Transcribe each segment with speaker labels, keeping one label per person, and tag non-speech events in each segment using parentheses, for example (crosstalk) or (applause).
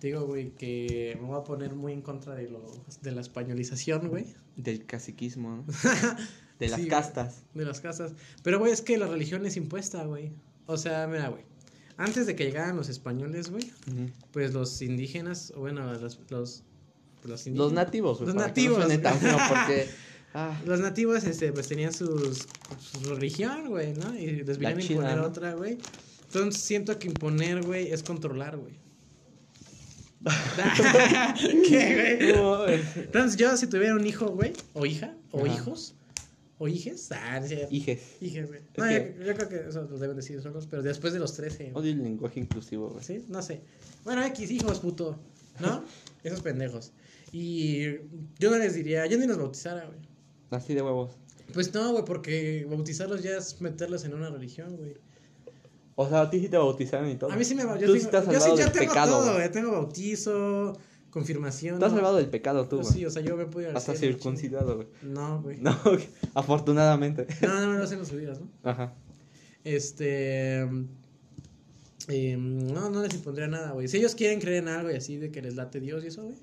Speaker 1: Digo, güey, que me voy a poner muy en contra de, lo, de la españolización, güey.
Speaker 2: Del
Speaker 1: (laughs)
Speaker 2: caciquismo, ¿no? De las
Speaker 1: Sí, güey.
Speaker 2: castas.
Speaker 1: De las casas. Pero, güey, es que la religión es impuesta, güey. O sea, mira, güey. Antes de que llegaran los españoles, güey,
Speaker 2: Ujú.
Speaker 1: pues los indígenas, bueno, los, pues los, los indígenas-
Speaker 2: Los nativos, güey.
Speaker 1: Los
Speaker 2: para que no
Speaker 1: nativos.
Speaker 2: suene tan feo,
Speaker 1: (laughs)
Speaker 2: porque. ah,
Speaker 1: Los nativos, este, pues tenían sus, su religión, güey, ¿no? Y les
Speaker 2: La
Speaker 1: vinieron a
Speaker 2: chida,
Speaker 1: imponer
Speaker 2: ¿no?
Speaker 1: otra, güey. Entonces siento que imponer, güey, es controlar,
Speaker 2: (laughs)
Speaker 1: güey. (laughs) ¿Qué, güey?
Speaker 2: no, es-
Speaker 1: Entonces yo si tuviera un hijo, güey, o hija, o
Speaker 2: Ajá.
Speaker 1: hijos, o hijes, ah, no es cierto.
Speaker 2: Hijes.
Speaker 1: Hijes, güey.
Speaker 2: Es
Speaker 1: No,
Speaker 2: que-
Speaker 1: yo, yo creo que eso lo deben decir solos, pero después de los 13, güey.
Speaker 2: Odio el lenguaje inclusivo, güey.
Speaker 1: ¿Sí? No sé. Bueno, X hijos, puto,
Speaker 2: (laughs)
Speaker 1: ¿no? Esos pendejos. Y yo no les diría, yo ni los bautizara, güey.
Speaker 2: Así de huevos.
Speaker 1: Pues no, güey, porque bautizarlos ya es meterlos en una religión, güey.
Speaker 2: O sea, a ti sí te bautizaron y todo.
Speaker 1: A mí sí me
Speaker 2: Tú
Speaker 1: bautizó.
Speaker 2: sí estás
Speaker 1: yo sí
Speaker 2: salvado
Speaker 1: ya
Speaker 2: del
Speaker 1: tengo
Speaker 2: pecado.
Speaker 1: todo,
Speaker 2: güey.
Speaker 1: güey. Tengo bautizo, confirmación.
Speaker 2: Estás
Speaker 1: ¿no?
Speaker 2: salvado del pecado tú,
Speaker 1: Yo
Speaker 2: güey.
Speaker 1: Sí, o sea, yo me pude ir al
Speaker 2: Hasta
Speaker 1: cielo,
Speaker 2: circuncidado, güey. (laughs)
Speaker 1: chingada. No, güey. No,
Speaker 2: No, afortunadamente.
Speaker 1: no, no, no se los subieras, ¿no?
Speaker 2: Ajá.
Speaker 1: Este. em, no, no les impondría nada, güey. Si ellos quieren creer en algo y así de que les late Dios y eso, güey.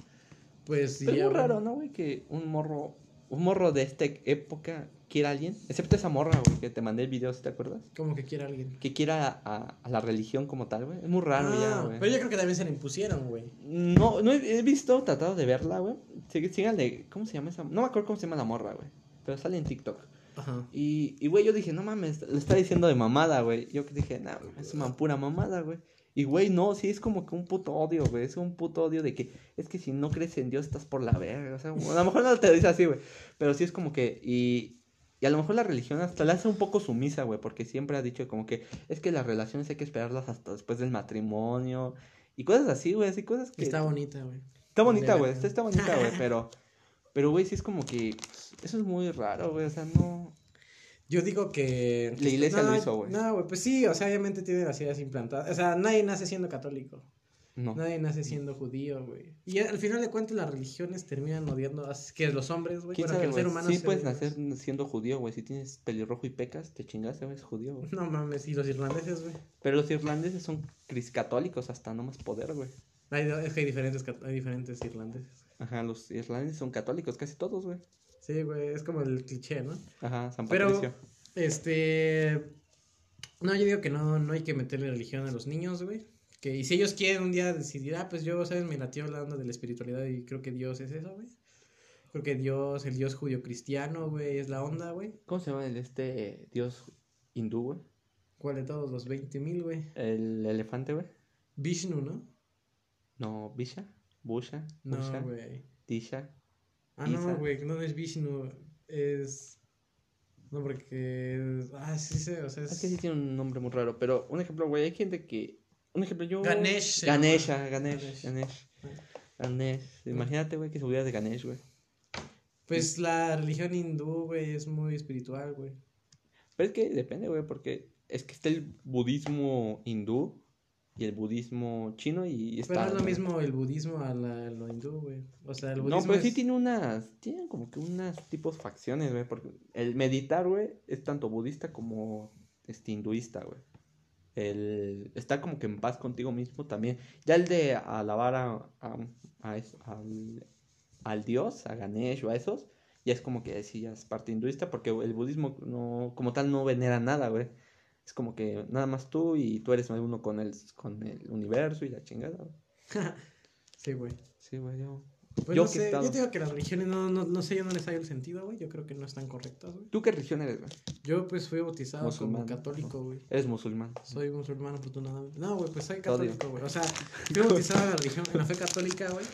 Speaker 1: Pues
Speaker 2: Pero es
Speaker 1: ya,
Speaker 2: muy
Speaker 1: güey.
Speaker 2: raro, ¿no, güey? Que un morro, un morro de esta época quiera a alguien. Excepto esa morra, güey, que te mandé el video, si te acuerdas.
Speaker 1: Como que quiera alguien.
Speaker 2: Que quiera a, a la religión como tal, güey. Es muy raro ya,
Speaker 1: Ah,
Speaker 2: güey.
Speaker 1: Pero yo creo que también se le impusieron, güey.
Speaker 2: No, no he, he visto, tratado de verla, güey. Sí- Síganle, ¿cómo se llama esa? No me acuerdo cómo se llama la morra, güey. Pero sale en TikTok.
Speaker 1: Ajá.
Speaker 2: Y, y, güey, yo dije, no mames, le está diciendo de mamada, güey. Yo que dije, no, es una pura mamada, güey. Y, güey, no, sí, es como que un puto odio, güey. Es un puto odio de que, es que si no crees en Dios estás por la verga. O sea, a lo mejor no te lo dice así, güey. Pero sí es como que, y, y a lo mejor la religión hasta la hace un poco sumisa, güey. Porque siempre ha dicho como que, es que las relaciones hay que esperarlas hasta después del matrimonio. Y cosas así, güey, así cosas que...
Speaker 1: Está bonita, güey.
Speaker 2: Está bonita,
Speaker 1: De
Speaker 2: güey.
Speaker 1: la-
Speaker 2: Está, está bonita,
Speaker 1: (laughs)
Speaker 2: güey. Pero, pero, güey, sí es como que. pues, Eso es muy raro, güey. O sea, no.
Speaker 1: Yo digo que.
Speaker 2: La iglesia
Speaker 1: no,
Speaker 2: lo hizo, güey.
Speaker 1: No, güey, pues sí, o sea, obviamente tiene las ideas implantadas. O sea, nadie nace siendo católico.
Speaker 2: No.
Speaker 1: Nadie nace siendo judío, güey. Y al final de cuentas, las religiones terminan odiando. a- Que los hombres, güey.
Speaker 2: ¿Quién
Speaker 1: Bueno,
Speaker 2: sabe,
Speaker 1: que el ser
Speaker 2: güey?
Speaker 1: humano.
Speaker 2: Sí
Speaker 1: se
Speaker 2: puedes
Speaker 1: odie
Speaker 2: nacer siendo judío, güey. Si tienes pelirrojo y pecas, te chingaste, güey. Es judío, güey.
Speaker 1: más. (laughs) No mames, y los irlandeses, güey.
Speaker 2: Pero los irlandeses son cris católicos hasta no más poder, güey.
Speaker 1: Hay- Es que hay diferentes, cat- hay diferentes irlandeses.
Speaker 2: Ajá, los irlandeses son católicos, casi todos, güey.
Speaker 1: Sí, güey, es como el cliché, ¿no?
Speaker 2: Ajá, San
Speaker 1: Pero-
Speaker 2: Patricio.
Speaker 1: Este. No, yo digo que no, no hay que meterle religión a los niños, güey. Que, y si ellos quieren un día decidir, ah, pues yo, ¿sabes? Me latió la onda de la espiritualidad y creo que Dios es eso, güey. Creo que Dios, el Dios judío cristiano, güey, es la onda, güey.
Speaker 2: ¿Cómo se llama el este dios hindú, güey?
Speaker 1: ¿Cuál de todos? Los 20.000, güey.
Speaker 2: El elefante, güey.
Speaker 1: Vishnu, ¿no?
Speaker 2: No, Bisha. Busha. Usha,
Speaker 1: No, güey.
Speaker 2: Tisha.
Speaker 1: Ah,
Speaker 2: Isa.
Speaker 1: no, güey, no es Vishnu. Es. No, porque. es- Ah, sí, sí, o sea, es.
Speaker 2: Es que sí tiene un nombre muy raro, pero un ejemplo, güey, hay gente que. Un ejemplo, yo.
Speaker 1: Ganesh se
Speaker 2: Ganesha,
Speaker 1: llama. Ganesh.
Speaker 2: Ganesh, Ganesh. Ganesh. Imagínate, güey, que se hubiera de Ganesh, güey.
Speaker 1: Pues la religión hindú, güey, es muy espiritual, güey.
Speaker 2: Pero es que depende, güey, porque es que está el budismo hindú y el budismo chino y está.
Speaker 1: Pero no es lo
Speaker 2: güey.
Speaker 1: mismo el budismo a, la, a lo hindú, güey. O sea, el budismo
Speaker 2: No, pero sí
Speaker 1: es-
Speaker 2: tiene unas. Tienen como que unas tipos facciones, güey, porque el meditar, güey, es tanto budista como este, hinduista, güey. El estar como que en paz contigo mismo también. Ya el de alabar a, a, a es- al, al dios, a Ganesh o a esos, ya es como que decías parte hinduista, porque el budismo no, como tal no venera nada, güey. Es como que nada más tú y tú eres uno con el, con el universo y la chingada. güey.
Speaker 1: Sí, güey.
Speaker 2: Sí, güey, yo.
Speaker 1: Pues
Speaker 2: Yo
Speaker 1: no
Speaker 2: que
Speaker 1: sé,
Speaker 2: estaba-
Speaker 1: yo digo que las religiones no, no, no sé, yo no les hallo el sentido, güey. Yo creo que no están correctas, güey.
Speaker 2: ¿Tú qué religión eres, güey?
Speaker 1: Yo, pues, fui bautizado
Speaker 2: Musulmán,
Speaker 1: como católico, güey.
Speaker 2: Eres musulmán.
Speaker 1: Soy musulmán, afortunadamente. No, güey, pues soy
Speaker 2: Te odio.
Speaker 1: católico, güey. O sea, fui bautizado en la religión, en la fe católica, güey.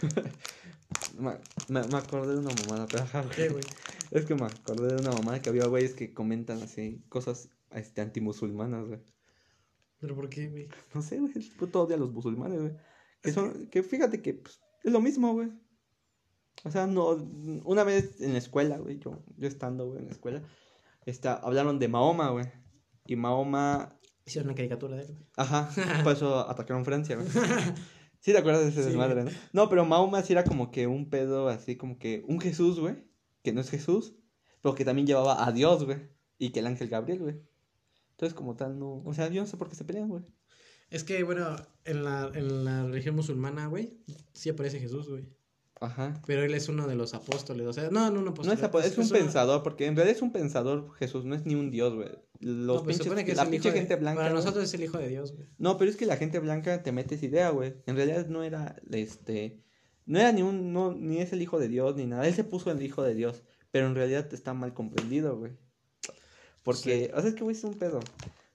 Speaker 2: Ma- Me, me acordé de una mamada, pero ajá, güey.
Speaker 1: ¿Qué, güey?
Speaker 2: Es que me acordé de una mamada que había güeyes que comentan así cosas este, antimusulmanas, güey.
Speaker 1: ¿Pero por qué, güey?
Speaker 2: No sé, güey, el puto odia a los musulmanes, güey. Que son, que fíjate que pues, es lo mismo, güey. O sea, no, una vez en la escuela, güey, yo, yo estando, güey, en la escuela, está, hablaron de Mahoma, güey. Y Mahoma,
Speaker 1: Hicieron una caricatura de él, güey. (laughs)
Speaker 2: ajá, por eso atacaron Francia, güey. Sí, te acuerdas de ese
Speaker 1: Sí.
Speaker 2: desmadre, ¿no? No, pero Mahoma sí era como que un pedo, así como que un Jesús, güey, que no es Jesús, pero que también llevaba a Dios, güey, y que el ángel Gabriel, güey. Entonces, como tal, no. O sea, yo no sé por qué se pelean, güey.
Speaker 1: Es que, bueno, en la, en la religión musulmana, güey, sí aparece Jesús, güey.
Speaker 2: Ajá.
Speaker 1: Pero él es uno de los apóstoles. O sea, no, no, pues, no.
Speaker 2: No es, apo- es un pensador, porque en realidad es un pensador Jesús, no es ni un dios, güey. Los
Speaker 1: pues,
Speaker 2: pinches- la pinche gente blanca.
Speaker 1: Para
Speaker 2: güey.
Speaker 1: nosotros es el hijo de Dios, güey.
Speaker 2: No, pero es que la gente blanca te metes idea, güey. En realidad no era, este, no era ni un, no, ni es el hijo de Dios, ni nada. Él se puso el hijo de Dios, pero en realidad está mal comprendido, güey. Porque, o sea, es que, güey, es un pedo.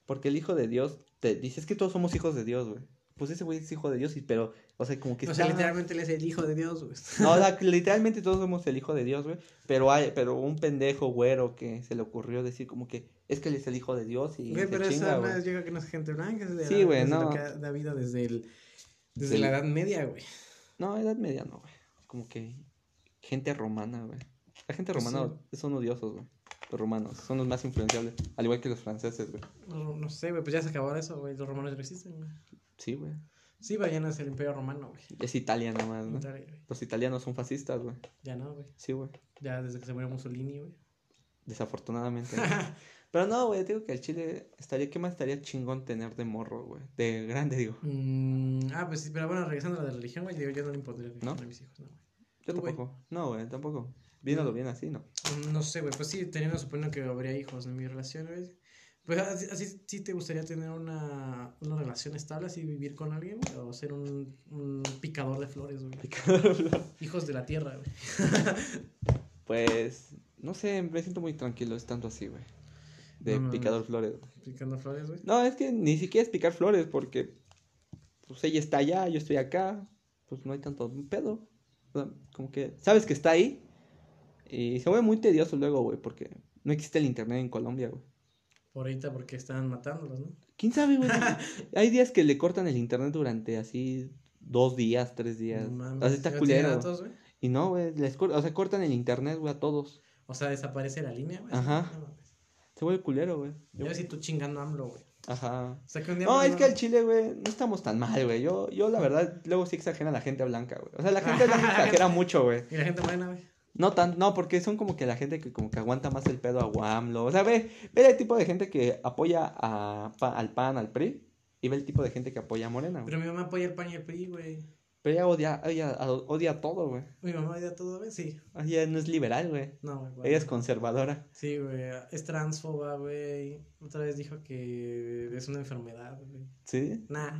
Speaker 2: Porque el hijo de Dios te dice, es que todos somos hijos de Dios, güey. Pues ese güey es hijo de Dios, y, pero, o sea, como que
Speaker 1: O sea, literalmente él es el hijo de Dios, güey.
Speaker 2: No, o sea, que literalmente todos somos el hijo de Dios, güey. Pero hay, pero un pendejo güero que se le ocurrió decir como que, es que él es el hijo de Dios y
Speaker 1: Güey,
Speaker 2: se
Speaker 1: pero
Speaker 2: chinga,
Speaker 1: esa
Speaker 2: güey.
Speaker 1: más llega que no es gente blanca. Es de
Speaker 2: Sí,
Speaker 1: la-
Speaker 2: güey,
Speaker 1: es de
Speaker 2: no.
Speaker 1: Lo que ha habido desde, el, desde
Speaker 2: Sí.
Speaker 1: la Edad Media, güey.
Speaker 2: No, edad media no, güey. Como que gente romana, güey. La gente
Speaker 1: Pues
Speaker 2: romana son odiosos, güey. Los romanos son los más influenciables. Al igual que los franceses, güey.
Speaker 1: No, no sé, güey, pues ya se acabó eso, güey. Los romanos ya no existen, güey.
Speaker 2: Sí, güey.
Speaker 1: Sí, vayan hacia el Imperio Romano, güey.
Speaker 2: Es Italia nada más, ¿no?
Speaker 1: Dale, güey.
Speaker 2: Los italianos son fascistas, güey.
Speaker 1: Ya no, güey.
Speaker 2: Sí, güey.
Speaker 1: Ya desde que se murió Mussolini, güey.
Speaker 2: Desafortunadamente.
Speaker 1: (laughs)
Speaker 2: ¿no? Pero no, güey, digo que el Chile estaría, ¿qué más estaría chingón tener de morro, güey? De grande, digo.
Speaker 1: Mm, ah, pues sí, pero bueno, regresando a la religión, güey, digo, yo no le impondría religión
Speaker 2: ¿No?
Speaker 1: a mis hijos, no, güey.
Speaker 2: Yo
Speaker 1: Tú, güey.
Speaker 2: tampoco. No, güey, tampoco. Viéndolo bien así, ¿no?
Speaker 1: Mm, No sé, güey, pues sí, teniendo, suponiendo que habría hijos en mi relación, güey. Pues así, así sí te gustaría tener una, una relación estable, así vivir con alguien, güey, o ser un, un picador de flores, güey. Hijos de la tierra, güey.
Speaker 2: Pues, no sé, me siento muy tranquilo estando así, güey. De
Speaker 1: No mames.
Speaker 2: picador flores.
Speaker 1: Picando flores, güey.
Speaker 2: No, es que ni siquiera es picar flores porque pues ella está allá, yo estoy acá, pues no hay tanto pedo. O sea, como que sabes que está ahí y se vuelve muy tedioso luego, güey, porque no existe el internet en Colombia, güey.
Speaker 1: Por ahorita porque están matándolos, ¿no?
Speaker 2: ¿Quién sabe,
Speaker 1: (laughs)
Speaker 2: güey? hay días que le cortan el internet durante así dos días, tres días.
Speaker 1: No mames,
Speaker 2: así está
Speaker 1: ¿ya tiene
Speaker 2: culero. güey.
Speaker 1: datos, güey?
Speaker 2: Y no, güey, les cor- o sea, cortan el internet, güey, a todos.
Speaker 1: O sea, desaparece la línea, güey.
Speaker 2: Ajá.
Speaker 1: No mames.
Speaker 2: Se vuelve culero, güey.
Speaker 1: Ya ves si tú chingando a AMLO, güey.
Speaker 2: Ajá.
Speaker 1: O sea, que un día
Speaker 2: No,
Speaker 1: pues,
Speaker 2: es que al chile, güey, no estamos tan mal, güey. Yo, yo, la verdad, luego sí exagera la gente blanca, güey. O sea, la gente blanca exagera mucho, güey.
Speaker 1: Y la gente buena, güey.
Speaker 2: No tan, no, porque son como que la gente que como que aguanta más el pedo a Guamlo. O sea, ve, ve el tipo de gente que apoya a, pa- al PAN, al PRI, y ve el tipo de gente que apoya a Morena, güey.
Speaker 1: Pero mi mamá apoya el PAN y el PRI, güey.
Speaker 2: Pero ella odia, ella a- odia todo, güey.
Speaker 1: Mi mamá odia todo, güey. Sí.
Speaker 2: Ella no es liberal, güey.
Speaker 1: No, güey. bueno.
Speaker 2: Ella es conservadora.
Speaker 1: Sí, güey. Es transfoba, güey. Otra vez dijo que es una enfermedad, güey.
Speaker 2: ¿Sí? (laughs)
Speaker 1: Nah.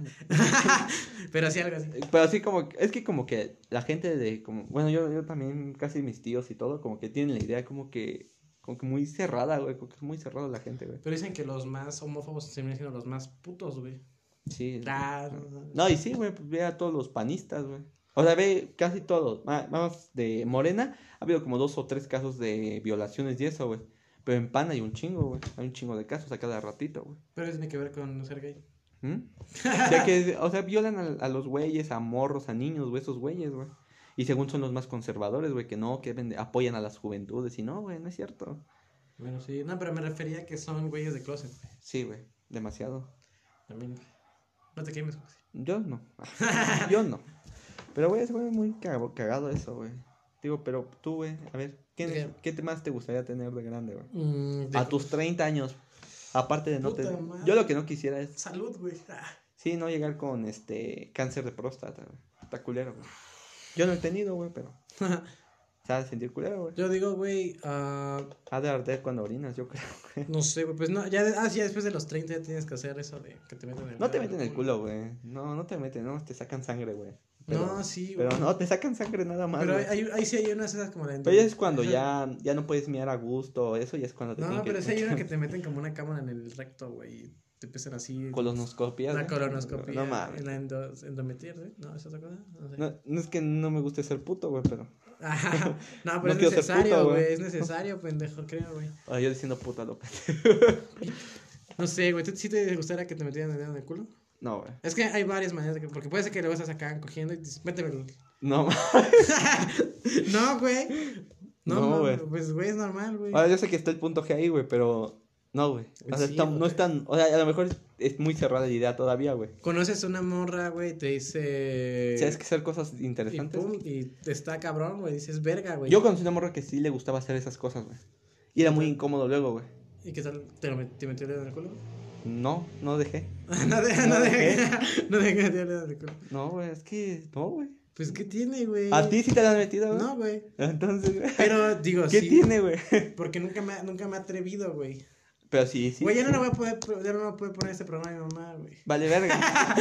Speaker 1: Pero sí, algo así.
Speaker 2: Pero así como, que- es que como que la gente de, como, bueno, yo, yo también, casi mis tíos y todo, como que tienen la idea como que, como que muy cerrada, güey, como que es muy cerrada la gente, güey.
Speaker 1: Pero dicen que los más homófobos se vienen siendo los más putos, güey.
Speaker 2: Sí. es-
Speaker 1: Ah,
Speaker 2: No, y sí, güey, pues ve a todos los panistas, güey. O sea, ve casi todos, ma- más de Morena, ha habido como dos o tres casos de violaciones y eso, güey. Pero en PAN hay un chingo, güey, hay un chingo de casos a cada ratito, güey.
Speaker 1: Pero eso tiene que ver con ser gay.
Speaker 2: ¿Mm? De que, o sea, violan a, a los güeyes, a morros, a niños, güey, esos güeyes, güey. Y según son los más conservadores, güey, que no, que vende- apoyan a las juventudes. Y no, güey, no es cierto.
Speaker 1: Bueno, sí. No, pero me refería a que son güeyes de closet, güey.
Speaker 2: Sí, güey, demasiado.
Speaker 1: También. No te quemes, güey.
Speaker 2: Yo no. (laughs) Yo no. Pero, güey, se vuelve muy cago- cagado eso, güey. Digo, pero tú, güey, a ver, ¿qué,
Speaker 1: ¿Qué?
Speaker 2: ¿qué te- más te gustaría tener de grande, güey?
Speaker 1: Mm, de-
Speaker 2: A tus 30 años. Aparte de no
Speaker 1: Puta
Speaker 2: tener.
Speaker 1: madre.
Speaker 2: Yo lo que no quisiera es.
Speaker 1: Salud, güey. Ah.
Speaker 2: Sí, no llegar con este cáncer de próstata, güey. Está culero, güey. Yo no he tenido, güey, pero. (laughs) Se ha de sentir culero, güey.
Speaker 1: Yo digo, güey, ah,
Speaker 2: Ha de arder cuando orinas, yo creo, güey.
Speaker 1: no sé, güey, pues no, ya, de- ah, sí, ya después de los 30 ya tienes que hacer eso de que te meten el
Speaker 2: No te
Speaker 1: dedo en
Speaker 2: meten el culo, güey. No, no te meten, no, te sacan sangre, güey. Pero-
Speaker 1: No, sí, güey.
Speaker 2: Pero no, te sacan sangre nada más.
Speaker 1: Pero
Speaker 2: güey.
Speaker 1: hay, hay- ahí sí hay unas esas como la
Speaker 2: Pero ya es cuando ya, ya no puedes mirar a gusto, eso ya es cuando te
Speaker 1: No,
Speaker 2: tienen
Speaker 1: pero
Speaker 2: que
Speaker 1: sí hay una que te meten como una cámara en el recto, güey, y te empiezan así.
Speaker 2: colonoscopia.
Speaker 1: La
Speaker 2: ¿no?
Speaker 1: colonoscopia.
Speaker 2: No,
Speaker 1: No,
Speaker 2: no mames.
Speaker 1: La endo, endometría, ¿sí? ¿no? ¿Es otra cosa? No sé.
Speaker 2: No, no es que no me guste ser puto, güey, pero.
Speaker 1: (laughs) Ajá. No,
Speaker 2: No
Speaker 1: pero
Speaker 2: quiero
Speaker 1: es
Speaker 2: ser
Speaker 1: necesario,
Speaker 2: puto,
Speaker 1: güey,
Speaker 2: güey.
Speaker 1: es necesario, pendejo, creo, güey.
Speaker 2: Ah, yo diciendo puta loca.
Speaker 1: No sé, güey, ¿tú sí te gustaría que te metieran el dedo en el culo?
Speaker 2: No, güey.
Speaker 1: Es que hay varias maneras de que, porque puede ser que luego estás acá cogiendo y dices, méteme el (laughs)
Speaker 2: No,
Speaker 1: no, güey. No,
Speaker 2: No,
Speaker 1: no,
Speaker 2: güey.
Speaker 1: Pues, güey, es normal, güey.
Speaker 2: Ahora, yo sé que está el punto G ahí, güey, pero. No, güey. O sea,
Speaker 1: Sí,
Speaker 2: está- no
Speaker 1: güey.
Speaker 2: es tan. O sea, a lo mejor es, es muy cerrada la idea todavía, güey.
Speaker 1: Conoces una morra, güey, te dice.
Speaker 2: ¿Sabes que hacer cosas
Speaker 1: y
Speaker 2: interesantes?
Speaker 1: pum, y está cabrón, güey. Dices, verga, güey.
Speaker 2: Yo conocí una morra que sí le gustaba hacer esas cosas, güey. Y era muy incómodo luego, güey.
Speaker 1: ¿Y qué tal? ¿Te, lo met- te metió el dedo en el culo? (laughs)
Speaker 2: No, no dejé.
Speaker 1: no deja, no
Speaker 2: No,
Speaker 1: deja. (laughs) No deja de darle de culo.
Speaker 2: No, güey, es que. No, güey.
Speaker 1: Pues, ¿qué tiene, güey?
Speaker 2: A ti sí te la han metido, güey.
Speaker 1: No, güey.
Speaker 2: Entonces, güey.
Speaker 1: (laughs) Pero, digo,
Speaker 2: ¿Qué
Speaker 1: sí.
Speaker 2: tiene, güey? (laughs)
Speaker 1: Porque nunca me, ha- nunca me he atrevido, güey.
Speaker 2: Pero sí, sí.
Speaker 1: Güey, ya no le voy a poder, pro- ya no le voy a poder poner este programa a mi mamá, güey.
Speaker 2: Vale, verga.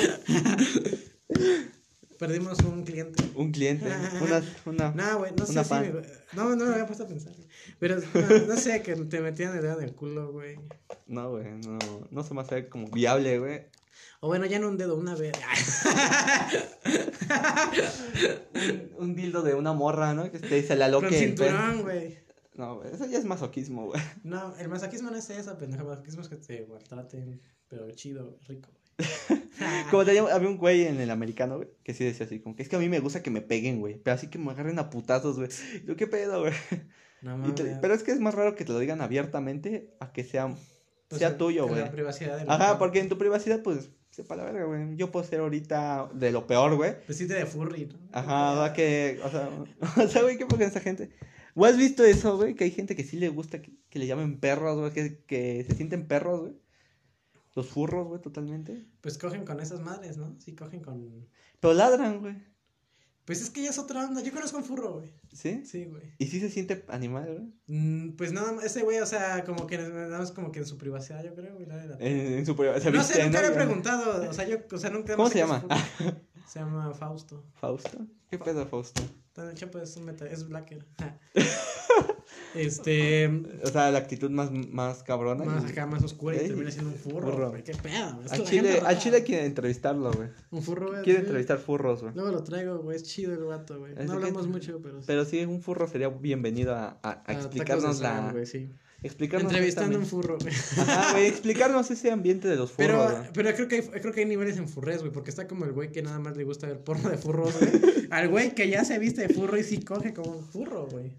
Speaker 1: Perdimos un cliente. (laughs)
Speaker 2: Un cliente. Una. una...
Speaker 1: No, güey, no sé
Speaker 2: Una
Speaker 1: si
Speaker 2: fan.
Speaker 1: me- No, no me había puesto a pensar. güey. Pero no, no sé, que te metían el dedo en el culo, güey.
Speaker 2: No, güey. No, no se me hace como viable, güey.
Speaker 1: O bueno, ya no un dedo, una vez. (laughs)
Speaker 2: Un, un dildo de una morra, ¿no? Que te se la loque.
Speaker 1: Con
Speaker 2: el pez.
Speaker 1: cinturón, güey.
Speaker 2: No, güey. Eso ya es masoquismo, güey.
Speaker 1: No, el masaquismo no es eso, pendejo. El masaquismo es que te maltraten, pero chido, rico,
Speaker 2: Como tenía, había un güey en el americano, güey, que sí decía así, como que es que a mí me gusta que me peguen, güey, pero así que me agarren a putazos, güey. Yo, ¿qué pedo, güey?
Speaker 1: No
Speaker 2: Y te-
Speaker 1: mames.
Speaker 2: pero es que es más raro que te lo digan abiertamente a que sea,
Speaker 1: O
Speaker 2: sea tuyo,
Speaker 1: en La
Speaker 2: güey.
Speaker 1: privacidad de la
Speaker 2: Ajá,
Speaker 1: gente.
Speaker 2: porque en tu privacidad, pues, sepa la verga, güey. Yo puedo ser ahorita de lo peor, güey.
Speaker 1: Vestirte Pues de furry, ¿no?
Speaker 2: Ajá, va que, o sea, (laughs) o sea, güey, ¿qué pasa con esa gente? ¿O has visto eso, güey? Que hay gente que sí le gusta que, que le llamen perros, güey, que, que se sienten perros, güey. Los furros, güey, totalmente.
Speaker 1: Pues cogen con esas madres, ¿no? Sí, cogen con.
Speaker 2: Pero ladran, güey,
Speaker 1: Pues es que ya es otra onda. Yo conozco un furro, güey.
Speaker 2: ¿sí?
Speaker 1: Sí, güey.
Speaker 2: Y sí se siente animal, güey.
Speaker 1: Mm, pues nada más, ese güey, o sea, como que nada más como que en su privacidad, yo creo, güey. la de la-
Speaker 2: En, en su privacidad. Eh, se
Speaker 1: No
Speaker 2: viste,
Speaker 1: sé, nunca le he
Speaker 2: Güey.
Speaker 1: preguntado. O sea, yo, o sea, nunca.
Speaker 2: ¿Cómo
Speaker 1: no sé
Speaker 2: se
Speaker 1: qué es
Speaker 2: llama? (laughs)
Speaker 1: furro. Se llama Fausto.
Speaker 2: ¿Fausto? ¿Qué pedo, Fausto?
Speaker 1: Tan chapo es un meta, es
Speaker 2: (laughs)
Speaker 1: blacker. este.
Speaker 2: O sea, la actitud más, más cabrona.
Speaker 1: más
Speaker 2: y-
Speaker 1: acá, más oscura y
Speaker 2: Ey,
Speaker 1: termina siendo un furro.
Speaker 2: furro.
Speaker 1: güey, ¿Qué pedo? Es que
Speaker 2: Al
Speaker 1: la
Speaker 2: Chile,
Speaker 1: gente
Speaker 2: al
Speaker 1: rara.
Speaker 2: Chile hay que entrevistarlo, güey.
Speaker 1: Un furro, güey.
Speaker 2: Quiere
Speaker 1: sí.
Speaker 2: entrevistar furros, güey.
Speaker 1: Luego lo traigo, güey. Es chido el vato, güey.
Speaker 2: Así
Speaker 1: No
Speaker 2: que-
Speaker 1: hablamos mucho, pero. sí.
Speaker 2: Pero sí, un furro sería bienvenido a, a- a
Speaker 1: Ah, tacos
Speaker 2: explicarnos
Speaker 1: de salón,
Speaker 2: la...
Speaker 1: güey, sí.
Speaker 2: Explicarnos
Speaker 1: Entrevistando a un
Speaker 2: exactamente-
Speaker 1: furro, güey.
Speaker 2: Ajá, güey, explicarnos ese ambiente de los furros,
Speaker 1: Pero, ah,
Speaker 2: güey.
Speaker 1: pero creo, que hay, creo que hay niveles en furres, güey, porque está como el güey que nada más le gusta ver porno de furros,
Speaker 2: (laughs)
Speaker 1: güey. Al güey que ya se viste de furro y sí coge como un furro, güey.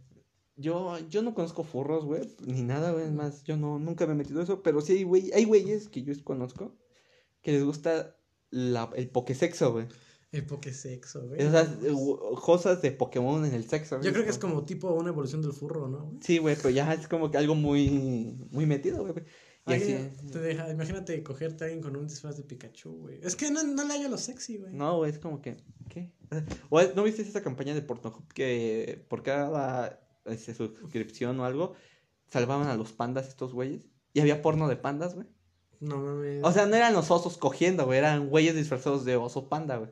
Speaker 2: Yo, yo no conozco furros, güey, ni nada, güey, es más, yo no, nunca me he metido en eso, pero sí hay, güey, hay güeyes que yo conozco que les gusta la, el pokesexo, güey.
Speaker 1: El pokesexo, güey.
Speaker 2: Esas eh, güey, cosas de Pokémon en el sexo. güey.
Speaker 1: pues Yo creo que es como tipo una evolución del furro, ¿no? güey?
Speaker 2: Sí, güey, pero ya es como que algo muy, muy metido, güey. Y así.
Speaker 1: Alguien te deja, imagínate cogerte a alguien con un disfraz de Pikachu, güey. Es que no, no le hallo lo sexy, güey.
Speaker 2: No, güey, es como que. ¿Qué? O es- ¿No viste esa campaña de Pornhub que por cada este, suscripción o algo salvaban a los pandas estos güeyes? Y había porno de pandas, güey.
Speaker 1: No mames.
Speaker 2: O sea, no eran los osos cogiendo, güey, eran güeyes disfrazados de oso panda, güey.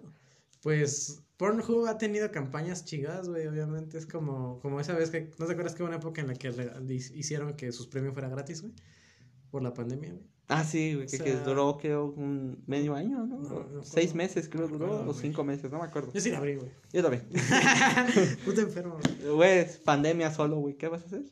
Speaker 1: Pues Pornhub ha tenido campañas chidas, güey, obviamente. Es como, como esa vez que, ¿no te acuerdas que hubo una época en la que le- le hicieron que sus premios fuera gratis, güey? Por la pandemia, güey.
Speaker 2: Ah, sí, güey,
Speaker 1: O
Speaker 2: que,
Speaker 1: sea-
Speaker 2: que duró, creo, un medio año, ¿no?
Speaker 1: No, no
Speaker 2: Seis
Speaker 1: acuerdo.
Speaker 2: meses, creo,
Speaker 1: No
Speaker 2: duró,
Speaker 1: acuerdo,
Speaker 2: o
Speaker 1: güey.
Speaker 2: cinco meses, no me acuerdo.
Speaker 1: Yo sí la abrí,
Speaker 2: (laughs)
Speaker 1: güey.
Speaker 2: Yo también.
Speaker 1: Puta enfermo, güey.
Speaker 2: Güey, es pandemia solo, güey, ¿qué vas a hacer?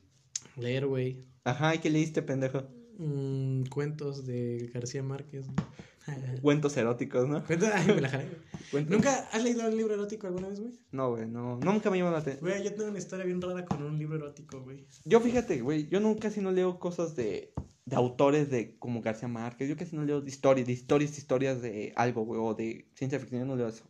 Speaker 1: Leer, güey.
Speaker 2: Ajá, ¿y ¿qué leíste, pendejo?
Speaker 1: Mm, cuentos de García Márquez. güey. (laughs)
Speaker 2: Cuentos eróticos, ¿no?
Speaker 1: Cuentos, ay, me la jalé, güey.
Speaker 2: Cuentos-
Speaker 1: ¿Nunca has leído un libro erótico alguna vez, güey?
Speaker 2: No, güey, no, nunca me llamó la atención.
Speaker 1: Güey, yo tengo una historia bien rara con un libro erótico, güey.
Speaker 2: Yo fíjate, güey, yo nunca si no leo cosas de, de autores de como García Márquez, yo casi no leo de historias, de historias, historias de algo, güey, o de ciencia ficción, yo no leo eso,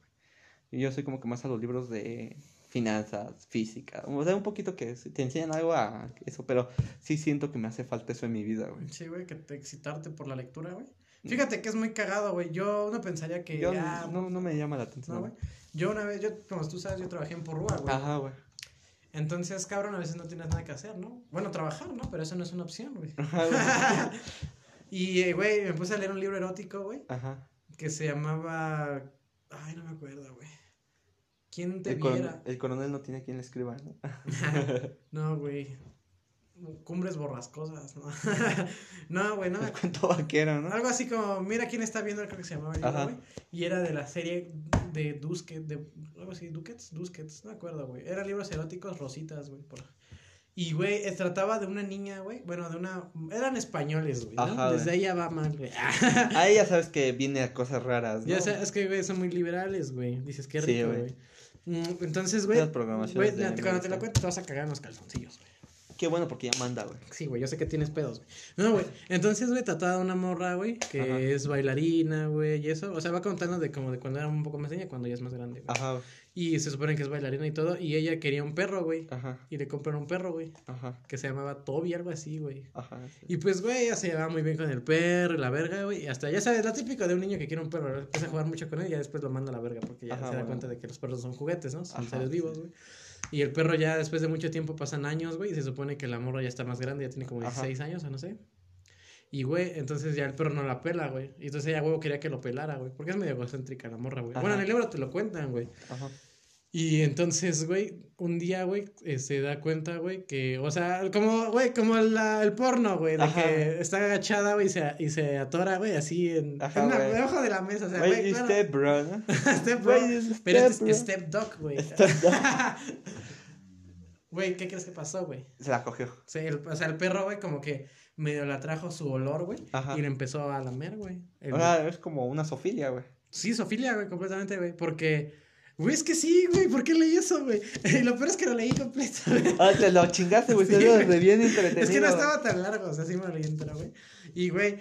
Speaker 2: güey. Yo soy como que más a los libros de finanzas, física, o sea, un poquito que se- te enseñan algo a eso, pero sí siento que me hace falta eso en mi vida, güey.
Speaker 1: Sí, güey, que te excitarte por la lectura, güey. Fíjate que es muy cagado, güey. Yo uno pensaría que.
Speaker 2: Yo
Speaker 1: ah,
Speaker 2: no, no me llama la atención,
Speaker 1: No, güey.
Speaker 2: güey.
Speaker 1: Yo una vez, yo, como tú sabes, yo trabajé en Porrúa, güey.
Speaker 2: Ajá, güey. (laughs)
Speaker 1: Entonces, cabrón, a veces no tienes nada que hacer, ¿no? Bueno, trabajar, ¿no? Pero eso no es una opción, güey.
Speaker 2: Ajá, güey.
Speaker 1: (laughs) y, eh, güey, me puse a leer un libro erótico, güey,
Speaker 2: Ajá.
Speaker 1: que se llamaba... Ay, no me acuerdo, güey. ¿Quién te
Speaker 2: El, coron-
Speaker 1: viera?
Speaker 2: el coronel no tiene a quien le escriba, ¿no? (laughs)
Speaker 1: Ah. No, güey. Cumbres borrascosas, ¿no? (laughs) no, güey, no me
Speaker 2: El cuento vaquero, ¿no?
Speaker 1: Algo así como, mira quién está viendo, creo que se llamaba el libro,
Speaker 2: Ajá.
Speaker 1: güey. Y era de la serie de Duskets, de algo así, Duquets, Duskets, no me acuerdo, güey. Eran libros eróticos rositas, güey. por- Y, güey, eh, trataba de una niña, güey. Bueno, de una. Eran españoles, güey. ¿no?
Speaker 2: Ajá,
Speaker 1: Desde ahí ya va mal, güey. Ah,
Speaker 2: (laughs) Ahí ya sabes que viene a cosas raras, ¿no?
Speaker 1: ya sabes que, güey, son muy liberales, güey. Dices, qué
Speaker 2: Sí,
Speaker 1: rico,
Speaker 2: güey.
Speaker 1: güey. Mm, Entonces, güey.
Speaker 2: Las programaciones
Speaker 1: güey,
Speaker 2: de
Speaker 1: na-
Speaker 2: anime
Speaker 1: cuando te la
Speaker 2: están-
Speaker 1: cuento, te vas a cagar en los calzoncillos, güey.
Speaker 2: Qué bueno porque ya manda, güey.
Speaker 1: Sí, güey, yo sé que tienes pedos, güey. No, güey. Entonces, güey, trataba de una morra, güey, que
Speaker 2: Ajá.
Speaker 1: es bailarina, güey, y eso. O sea, va contando de como de cuando era un poco más niña, cuando ya es más grande, güey.
Speaker 2: Ajá, güey.
Speaker 1: Y se supone que es bailarina y todo. Y ella quería un perro, güey.
Speaker 2: Ajá,
Speaker 1: Y le compran un perro, güey.
Speaker 2: ajá,
Speaker 1: Que se llamaba Toby, algo así, güey.
Speaker 2: ajá. sí.
Speaker 1: Y pues, güey, ella se llevaba muy bien con el perro y la verga, güey. Y hasta, ya sabes, la típica de un niño que quiere un perro. ¿verdad? Empieza a jugar mucho con él y ya después lo manda a la verga porque ya
Speaker 2: Ajá,
Speaker 1: se da
Speaker 2: bueno.
Speaker 1: cuenta de que los perros son juguetes, ¿no? Son
Speaker 2: Ajá,
Speaker 1: seres
Speaker 2: sí.
Speaker 1: vivos, güey. Y el perro ya después de mucho tiempo pasan años, güey. Y se supone que la morra ya está más grande, ya tiene como
Speaker 2: Ajá.
Speaker 1: 16 años o no sé. Y, güey, entonces ya el perro no la pela, güey. Y entonces ella, huevo, quería que lo pelara, güey. Porque es medio egocéntrica la morra, güey. Bueno,
Speaker 2: Ajá.
Speaker 1: en el libro te lo cuentan, güey.
Speaker 2: Ajá.
Speaker 1: Y entonces, güey, un día, güey, eh, se da cuenta, güey, que, o sea, como, güey, como la- el porno, güey, de
Speaker 2: Ajá.
Speaker 1: que está agachada, güey, y se, y se atora, güey, así en,
Speaker 2: Ajá,
Speaker 1: en una-
Speaker 2: güey.
Speaker 1: debajo de la mesa, o sea,
Speaker 2: Güey,
Speaker 1: güey,
Speaker 2: y
Speaker 1: claro,
Speaker 2: usted, bro, ¿no?
Speaker 1: (laughs) step bro,
Speaker 2: Güey, y
Speaker 1: pero
Speaker 2: usted,
Speaker 1: este
Speaker 2: bro.
Speaker 1: es step dog, güey. (laughs) Güey, ¿qué crees que pasó, güey?
Speaker 2: Se la cogió.
Speaker 1: O sea, el, o sea, el perro, güey, como que medio la trajo su olor, güey,
Speaker 2: Ajá. Ah,
Speaker 1: y le empezó a lamer, güey. El-
Speaker 2: Ahora es como una sofilia, güey.
Speaker 1: Sí, Sofía, güey, completamente, güey. Porque, güey, es que sí, güey. ¿Por qué leí eso, güey? (laughs) Y lo peor es que lo leí completo, güey.
Speaker 2: Ah, te lo chingaste,
Speaker 1: (laughs)
Speaker 2: güey.
Speaker 1: Sí,
Speaker 2: Te lo
Speaker 1: güey.
Speaker 2: re bien entretenido.
Speaker 1: Es que no estaba tan largo, o sea, sí me reí entero, güey. Y, güey,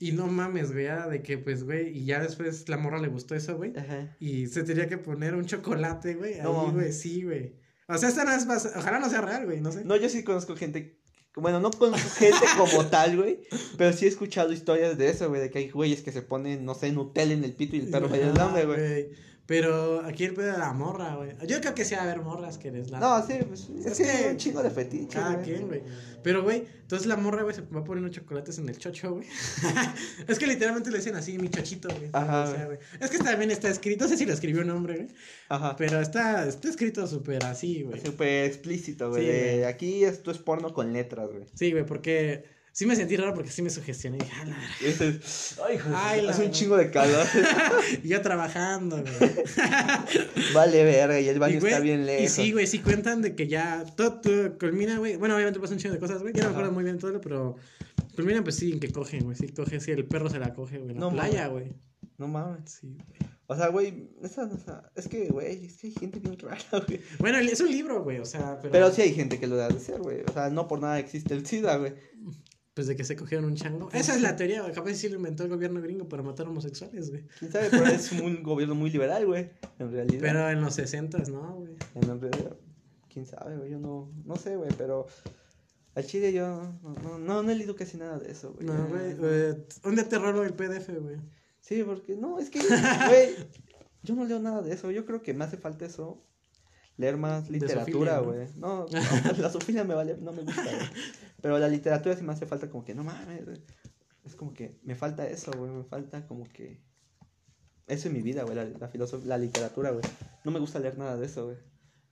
Speaker 1: y no mames, güey, ya de que, pues, güey, y ya después la morra le gustó eso, güey.
Speaker 2: Ajá.
Speaker 1: Y se tenía que poner un chocolate, güey.
Speaker 2: No
Speaker 1: ahí,
Speaker 2: mames.
Speaker 1: güey, sí, güey. O sea, esta no es más, ojalá no sea real, güey, no sé.
Speaker 2: No, yo sí conozco gente. Bueno, no conozco gente como tal, güey. Pero sí he escuchado historias de eso, güey. De que hay güeyes que se ponen, no sé, Nutella en el pito y el perro vaya
Speaker 1: Ajá,
Speaker 2: nombre, güey.
Speaker 1: Pero aquí el pedo de la morra, güey. Yo creo que sí va a haber morras que les la.
Speaker 2: No, sí, pues, es,
Speaker 1: Es
Speaker 2: que
Speaker 1: que-
Speaker 2: hay un chingo de fetiches,
Speaker 1: Cada
Speaker 2: güey.
Speaker 1: quien, güey. Pero, güey, entonces la morra, güey, se va poniendo chocolates en el chocho, güey. (laughs) es que literalmente le dicen así, mi chochito, güey.
Speaker 2: Ajá,
Speaker 1: O sea, güey. Es que también está escrito, no sé si lo escribió un hombre, güey.
Speaker 2: Ajá.
Speaker 1: Pero está, está escrito súper así, güey.
Speaker 2: Súper explícito, güey.
Speaker 1: Sí,
Speaker 2: de,
Speaker 1: güey.
Speaker 2: Aquí esto es porno con letras, güey.
Speaker 1: Sí, güey, porque sí me sentí raro porque sí me sugestioné. Dije, "Ah, la verga".
Speaker 2: Y este es- Ay, hijo de-
Speaker 1: (laughs) Ay, la
Speaker 2: hace un
Speaker 1: verdad.
Speaker 2: chingo de calor. (laughs)
Speaker 1: Y yo trabajando, güey.
Speaker 2: vale, verga, y el baño
Speaker 1: Y, güey,
Speaker 2: está bien
Speaker 1: Y
Speaker 2: lejos.
Speaker 1: sí, güey, sí cuentan de que ya todo, todo culmina, güey. Bueno, obviamente pasa un chingo de cosas, güey. Ya no me
Speaker 2: Ajá.
Speaker 1: acuerdo muy bien todo, pero culmina, pues sí, en que cogen, güey. Sí, coge, sí, el perro se la coge, güey. En la
Speaker 2: No
Speaker 1: playa, güey.
Speaker 2: No mames.
Speaker 1: Sí, güey.
Speaker 2: O sea, güey, esa, o sea, es que, güey, es que hay gente bien rara, (laughs) güey.
Speaker 1: Bueno, es un libro, güey, o sea, pero.
Speaker 2: Pero sí hay gente que lo debe hacer, güey. O sea, no por nada existe el SIDA, güey.
Speaker 1: Pues de que se cogieron un chango. Esa es la teoría, güey. Capaz sí lo inventó el gobierno gringo para matar homosexuales, güey.
Speaker 2: ¿Quién sabe? Pero es un gobierno muy liberal, güey. En realidad.
Speaker 1: Pero en los 60 no, güey.
Speaker 2: En realidad, quién sabe, güey. Yo no, no sé, güey, pero al chile yo no, no, no, no he leído casi nada de eso, güey.
Speaker 1: No, güey. eh, Un día te rolo el PDF, güey.
Speaker 2: Sí, porque no, es que, güey, yo no leo nada de eso. Yo creo que me hace falta eso. Leer más
Speaker 1: De zoofilia,
Speaker 2: literatura,
Speaker 1: ¿no?
Speaker 2: güey. No, no, la sofía me vale, no me gusta, güey. Pero la literatura sí me hace falta como que, no mames, güey. Es como que me falta eso, güey. Me falta como que... Eso en mi vida, güey, la, la, filosof- la literatura, güey. No me gusta leer nada de eso, güey.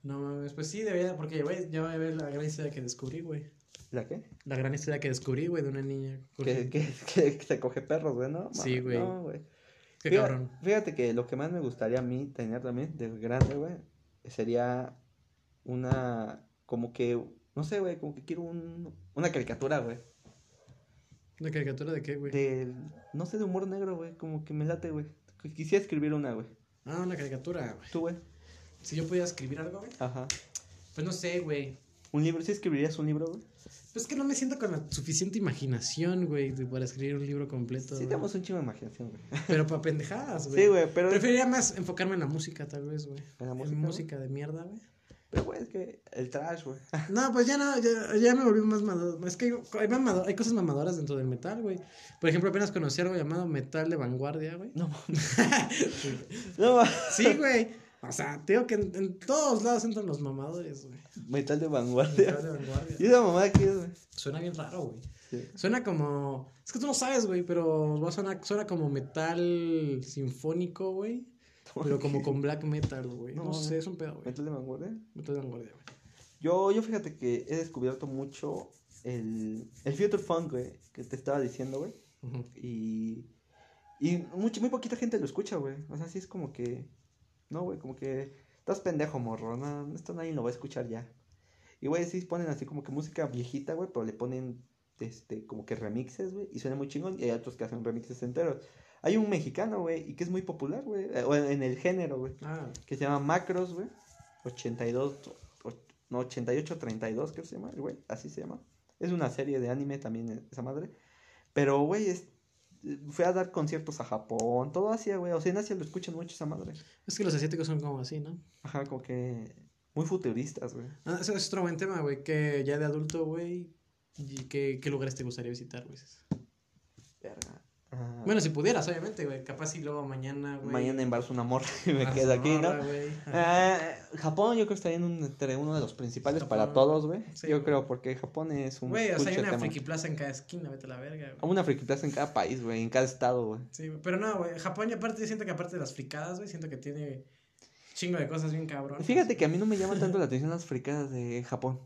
Speaker 1: No mames, pues sí, debería, porque, güey, ya va a ver la gran historia que descubrí, güey.
Speaker 2: ¿La qué?
Speaker 1: La gran historia que descubrí, güey, de una niña.
Speaker 2: Que, (laughs) que, que, que se coge perros, güey, ¿no?
Speaker 1: Pues Sí,
Speaker 2: Mames,
Speaker 1: güey.
Speaker 2: No, güey.
Speaker 1: Qué
Speaker 2: Fíjate-
Speaker 1: cabrón.
Speaker 2: Fíjate que lo que más me gustaría a mí tener también de grande, güey, sería una, como que, no sé, güey, como que quiero un, una caricatura, güey.
Speaker 1: ¿Una caricatura de qué, güey?
Speaker 2: De, no sé, de humor negro, güey, como que me late, güey. Qu- Quisiera escribir una, güey.
Speaker 1: Ah, una caricatura, güey.
Speaker 2: Tú, güey.
Speaker 1: Si yo pudiera escribir algo, güey.
Speaker 2: Ajá.
Speaker 1: Pues no sé, güey.
Speaker 2: Un libro, ¿sí escribirías un libro, güey?
Speaker 1: Pues es que no me siento con la suficiente imaginación, güey, de- para escribir un libro completo.
Speaker 2: Sí
Speaker 1: güey.
Speaker 2: tenemos un chingo de imaginación, güey.
Speaker 1: Pero para pendejadas, güey.
Speaker 2: Sí, güey, pero...
Speaker 1: Preferiría más enfocarme en la música, tal vez, güey.
Speaker 2: ¿En la
Speaker 1: En
Speaker 2: música,
Speaker 1: música,
Speaker 2: güey? Ah.
Speaker 1: de mierda, güey.
Speaker 2: Pero, güey, es que el trash, güey. (laughs)
Speaker 1: No, pues ya no, ya, ya me volví más mamador. Es que hay, hay mamado- hay cosas mamadoras dentro del metal, güey. Por ejemplo, apenas conocí algo llamado metal de vanguardia,
Speaker 2: (laughs)
Speaker 1: güey.
Speaker 2: No, no, mames.
Speaker 1: Sí, güey. O sea, te digo que en, en todos lados entran los mamadores,
Speaker 2: (laughs)
Speaker 1: güey.
Speaker 2: metal de
Speaker 1: Metal
Speaker 2: vanguardia.
Speaker 1: de vanguardia.
Speaker 2: ¿Y esa mamada qué es, güey?
Speaker 1: Suena bien raro, güey.
Speaker 2: Sí.
Speaker 1: Suena como. Es que tú no sabes, güey, pero va a sonar, suena como metal sinfónico, güey. Pero como con black metal, güey. No,
Speaker 2: No,
Speaker 1: sé, es un pedo, güey.
Speaker 2: ¿Metal de vanguardia?
Speaker 1: Metal de vanguardia, güey.
Speaker 2: Yo, yo fíjate que he descubierto mucho el, el Future Funk, güey, que te estaba diciendo, güey.
Speaker 1: Ujú.
Speaker 2: Y, y mucho, muy poquita gente lo escucha, güey. O sea, sí es como que. No, güey, como que. Estás pendejo, morro. No, esto nadie lo va a escuchar ya. Y, güey, sí ponen así como que música viejita, güey, pero le ponen este, como que remixes, güey. Y suena muy chingón. Y hay otros que hacen remixes enteros. Hay un mexicano, güey, y que es muy popular, güey. eh, O en, en el género, güey
Speaker 1: Ah,
Speaker 2: que se llama Macros, güey. 82, o- no, 8832, creo que se llama, el güey. Así se llama. Es una serie de anime también, esa madre. eh, Pero, güey, es, eh, fue a dar conciertos a Japón, todo Asia, güey. O sea, en Asia lo escuchan mucho esa madre.
Speaker 1: Es que los asiáticos son como así, ¿no?
Speaker 2: Ajá, como que muy futuristas, güey.
Speaker 1: Ah, ese es otro buen tema, güey. Que ya de adulto, güey. y ¿Qué, qué lugares te gustaría visitar, güey?
Speaker 2: Ah. Verga. Ah,
Speaker 1: Bueno, si pudieras, obviamente, güey. Capaz si luego mañana, güey. Ah,
Speaker 2: mañana embarazo una morra y me
Speaker 1: vas
Speaker 2: quedo
Speaker 1: a
Speaker 2: aquí, ¿no?
Speaker 1: Sonora, güey.
Speaker 2: Ah, Japón yo creo que estaría en un- entre uno de los principales
Speaker 1: Japón,
Speaker 2: para todos, güey.
Speaker 1: Sí,
Speaker 2: yo
Speaker 1: güey.
Speaker 2: creo, porque Japón es un
Speaker 1: Güey, o sea,
Speaker 2: pucho
Speaker 1: hay
Speaker 2: de
Speaker 1: una
Speaker 2: tema. Ah,
Speaker 1: friki plaza en cada esquina, vete a la verga, güey.
Speaker 2: Una friki plaza en cada país, güey, en cada estado, güey.
Speaker 1: Sí, güey, pero no, güey. Japón, y aparte, siento que aparte de las fricadas, güey, siento que tiene chingo de cosas bien cabrón.
Speaker 2: Fíjate que a mí no me llaman
Speaker 1: (laughs)
Speaker 2: tanto la atención las fricadas de Japón.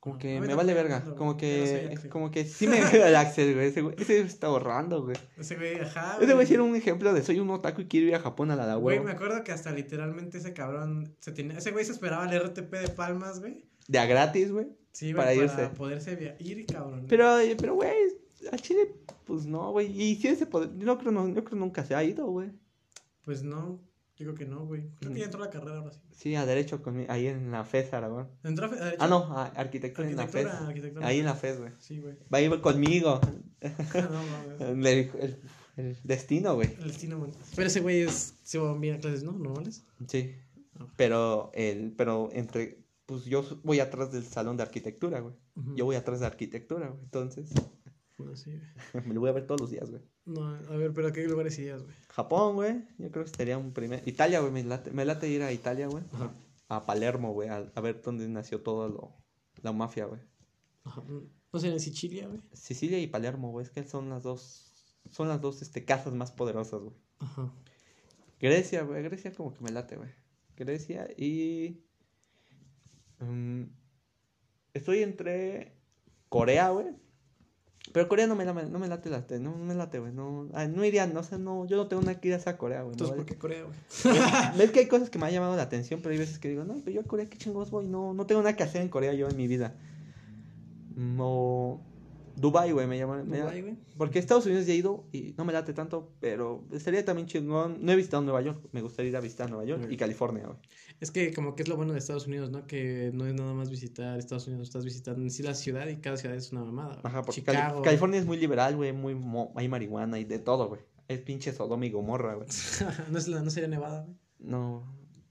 Speaker 2: Como
Speaker 1: No,
Speaker 2: que
Speaker 1: a mí
Speaker 2: me vale
Speaker 1: tampoco,
Speaker 2: verga.
Speaker 1: no,
Speaker 2: Como
Speaker 1: güey, yo no soy
Speaker 2: que,
Speaker 1: Axel.
Speaker 2: como que sí me el Axel, güey. Ese güey ese güey está ahorrando, güey.
Speaker 1: Ese güey, ajá.
Speaker 2: Ese güey sí era un ejemplo de soy un otaku y quiero ir a Japón a la de
Speaker 1: Güey,
Speaker 2: huevo.
Speaker 1: me acuerdo que hasta literalmente ese cabrón se tenía. Ese güey se esperaba el RTP de Palmas, güey.
Speaker 2: De a gratis, güey.
Speaker 1: Sí, güey,
Speaker 2: Para
Speaker 1: para,
Speaker 2: irse.
Speaker 1: poderse via- ir, cabrón.
Speaker 2: Pero, eh, pero, güey, a Chile, pues no, güey. Y si ese poder, yo no creo, no, yo creo nunca se ha ido, güey.
Speaker 1: Pues no, yo creo que no, güey. Creo
Speaker 2: Mm.
Speaker 1: que ya entró a la carrera ahora sí.
Speaker 2: Sí, a derecho conmigo, ahí en la FES, Aragón.
Speaker 1: Entró a fe- a-
Speaker 2: Ah, no, a arquitectura en la FES.
Speaker 1: Arquitectura, arquitectura.
Speaker 2: Ahí en la FES, güey.
Speaker 1: Sí, güey. (laughs) Ah,
Speaker 2: Va a ir conmigo.
Speaker 1: No, mames.
Speaker 2: El, el- el destino, güey.
Speaker 1: El destino, güey. Pero ese güey es, se va bien a clases, ¿no? ¿Normales?
Speaker 2: Sí.
Speaker 1: Ah.
Speaker 2: Pero el, pero entre, pues yo s- voy atrás del salón de arquitectura, güey.
Speaker 1: Mm.
Speaker 2: Yo voy atrás de arquitectura, güey. Entonces, (laughs)
Speaker 1: No, sí, güey.
Speaker 2: me lo voy a ver todos los días, güey.
Speaker 1: No, a ver, pero ¿a qué lugares irías, güey?
Speaker 2: Japón, güey. Yo creo que sería un primer. Italia, güey. Me late, me late ir a Italia, güey.
Speaker 1: Ajá.
Speaker 2: A Palermo, güey. A, a ver dónde nació todo lo, la mafia, güey.
Speaker 1: Ajá. No sé, en Sicilia, güey.
Speaker 2: Sicilia y Palermo, güey. Es que son las dos, son las dos, este, casas más poderosas, güey.
Speaker 1: Ajá.
Speaker 2: Grecia, güey. Grecia como que me late, güey. Grecia y... mm, estoy entre Corea, güey. Pero Corea no me, lame- no me late, late, no, no me late, güey. No, ah, no iría, no sé, no, yo no tengo nada que ir hacia Corea, güey. me
Speaker 1: Entonces,
Speaker 2: vale.
Speaker 1: ¿por
Speaker 2: (laughs)
Speaker 1: qué Corea, güey?
Speaker 2: Ves que hay cosas que me han llamado la atención, pero hay veces que digo, no, pero yo a Corea, qué chingados voy. No, no tengo nada que hacer en Corea yo en mi vida. No... Dubai, güey, me llama. me-
Speaker 1: Dubái, güey.
Speaker 2: porque a Estados Unidos ya he ido y no me late tanto, pero estaría también chingón. No he visitado Nueva York, me gustaría ir a visitar Nueva York
Speaker 1: Ok.
Speaker 2: y California, güey.
Speaker 1: Es que como que es lo bueno de Estados Unidos, ¿no? Que no es nada más visitar Estados Unidos, estás visitando en sí la ciudad y cada ciudad es una mamada. güey.
Speaker 2: Ajá, porque Cali-
Speaker 1: Chicago.
Speaker 2: California es muy liberal, güey, muy mo- hay marihuana y de todo, güey. Es pinche Sodoma y Gomorra, güey.
Speaker 1: (laughs) no, es la- no sería Nevada, güey.
Speaker 2: No,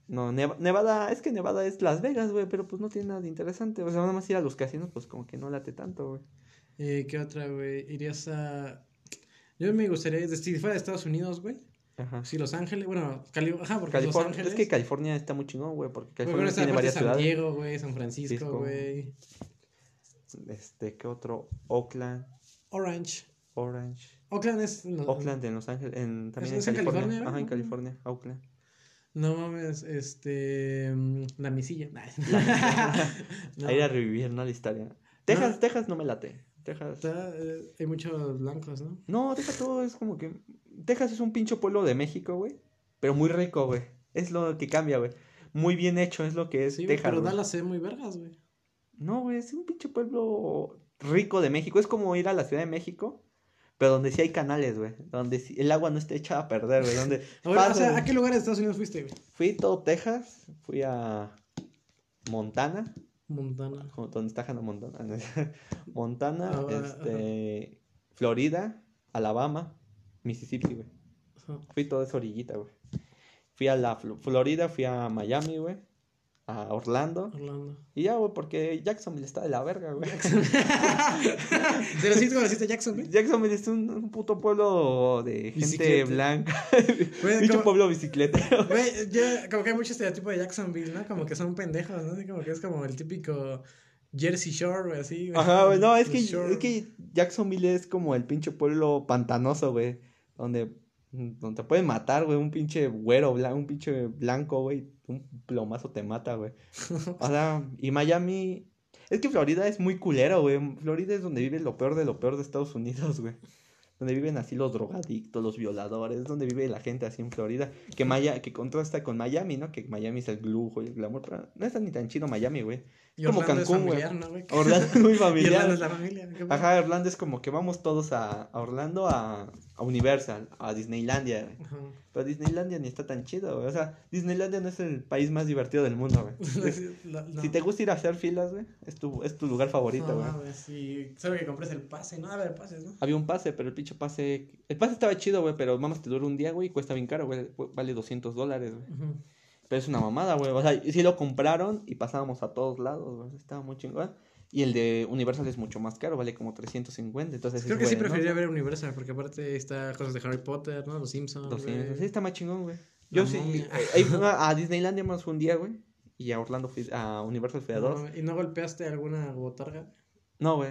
Speaker 2: no, Neva- Nevada, es que Nevada es Las Vegas, güey, pero pues no tiene nada de interesante. O sea, nada más ir a los casinos, pues como que no late tanto, güey.
Speaker 1: Eh, ¿Qué otra, güey? Irías a... Yo me gustaría, ir- si fuera de Estados Unidos, güey.
Speaker 2: Ajá.
Speaker 1: Sí, Los Ángeles, bueno, Cali... Ajá, porque Los
Speaker 2: California,
Speaker 1: Ángeles...
Speaker 2: es que California está muy chingón, güey, porque
Speaker 1: Güey,
Speaker 2: California
Speaker 1: bueno, está
Speaker 2: tiene
Speaker 1: aparte
Speaker 2: varias
Speaker 1: San
Speaker 2: ciudades.
Speaker 1: Diego, güey, San Francisco,
Speaker 2: Francisco.
Speaker 1: güey.
Speaker 2: Este, ¿qué otro? Oakland,
Speaker 1: Orange.
Speaker 2: Orange.
Speaker 1: Oakland es... no-
Speaker 2: Oakland en Los Ángeles, en, también en
Speaker 1: es en
Speaker 2: California.
Speaker 1: California, ¿verdad?
Speaker 2: Ajá, en California, Oakland.
Speaker 1: No mames, este... mm, La misilla.
Speaker 2: (laughs)
Speaker 1: Nah, (laughs) no.
Speaker 2: Ahí a revivir, ¿no? La historia. Texas,
Speaker 1: No.
Speaker 2: Texas no me late. Texas.
Speaker 1: Está, eh, hay muchos blancos, ¿no?
Speaker 2: No, Texas todo es como que. Texas es un pincho pueblo de México, güey. Pero muy rico, güey. Es lo que cambia, güey. Muy bien hecho es lo que es
Speaker 1: Sí, güey,
Speaker 2: Texas.
Speaker 1: pero
Speaker 2: güey.
Speaker 1: Dallas es muy vergas, güey.
Speaker 2: No, güey, es un pinche pueblo rico de México. Es como ir a la Ciudad de México. Pero donde sí hay canales, güey. Donde sí- el agua no está hecha a perder,
Speaker 1: (laughs)
Speaker 2: güey. Donde
Speaker 1: A ver, o sea,
Speaker 2: pasan-
Speaker 1: ¿a qué lugar de Estados Unidos fuiste, güey?
Speaker 2: Fui todo Texas. Fui a Montana.
Speaker 1: Montana.
Speaker 2: como donde está Hannah Montana. ¿no? (laughs) Montana,
Speaker 1: Ah,
Speaker 2: este, Florida, Alabama, Mississippi, güey.
Speaker 1: Ajá.
Speaker 2: Fui toda esa orillita, güey. Fui a la Fl- Florida, fui a Miami, güey. A Orlando. (laughs)
Speaker 1: Orlando.
Speaker 2: Y ya, güey, porque Jacksonville está de la verga, güey.
Speaker 1: Pero sí te conociste a Jackson, güey.
Speaker 2: (laughs) Jacksonville es un, un puto pueblo de gente
Speaker 1: Bicicleta.
Speaker 2: blanca.
Speaker 1: Güey,
Speaker 2: Dicho
Speaker 1: como-
Speaker 2: pueblo bicicleta.
Speaker 1: Güey, yo- como que hay mucho estereotipo de Jacksonville, ¿no? Como que son pendejos, ¿no? Así Como que es como el típico Jersey Shore, güey, así. güey.
Speaker 2: Ajá, güey,
Speaker 1: (laughs)
Speaker 2: no, es
Speaker 1: El
Speaker 2: que,
Speaker 1: Shore.
Speaker 2: es que Jacksonville es como el pinche pueblo pantanoso, güey. Donde, donde te pueden matar, güey. Un pinche güero, blan- un pinche blanco, güey. Un plomazo te mata, güey. O sea, y Miami. Es que Florida es muy culero, güey. Florida es donde vive lo peor de lo peor de Estados Unidos, güey. Donde viven así los drogadictos, los violadores, donde vive la gente así en Florida. Que, Maya, que contrasta con Miami, ¿no? Que Miami es el lujo y el glamour. Pero no está ni tan chido Miami, güey.
Speaker 1: Y
Speaker 2: como
Speaker 1: Orlando es
Speaker 2: Cancún, güey.
Speaker 1: familiar, ¿no, güey?
Speaker 2: Orlando es muy
Speaker 1: Y
Speaker 2: familiar.
Speaker 1: Orlando es la familia. ¿qué pedo?
Speaker 2: Ajá, Orlando es como que vamos todos a, a Orlando a, a Universal, a Disneylandia, güey.
Speaker 1: Ajá.
Speaker 2: Pero Disneylandia ni está tan chido, güey. O sea, Disneylandia no es el país más divertido del mundo, güey.
Speaker 1: (laughs)
Speaker 2: Es-
Speaker 1: La- no. Ah.
Speaker 2: Si te gusta ir a hacer filas, güey, es tu, es tu lugar favorito,
Speaker 1: No
Speaker 2: güey.
Speaker 1: mames, y solo que compres el pase, ¿no? A ver, pases, ¿no?
Speaker 2: Había un pase, pero el pinche pase. El pase estaba chido, güey, pero mamas te dura un día, güey, y cuesta bien caro, güey. Vale 200 dólares, güey.
Speaker 1: Ujú.
Speaker 2: Pero es una mamada, güey. O sea, y sí lo compraron y pasábamos a todos lados, güey. Estaba muy chingón. Y el de Universal es mucho más caro, vale como 350. Entonces,
Speaker 1: Creo que sí
Speaker 2: bueno, ¿no?
Speaker 1: preferiría ver Universal, porque aparte está cosas de Harry Potter, ¿no? Los Simpsons.
Speaker 2: 200. Sí,
Speaker 1: güey.
Speaker 2: está más chingón, güey. Yo sí.
Speaker 1: momia.
Speaker 2: eh, (laughs) ahí fui a, a Disneylandia más un día, güey. Y a Orlando fui a Universal fui a dos.
Speaker 1: No, ¿Y no golpeaste alguna botarga?
Speaker 2: No, (laughs) güey.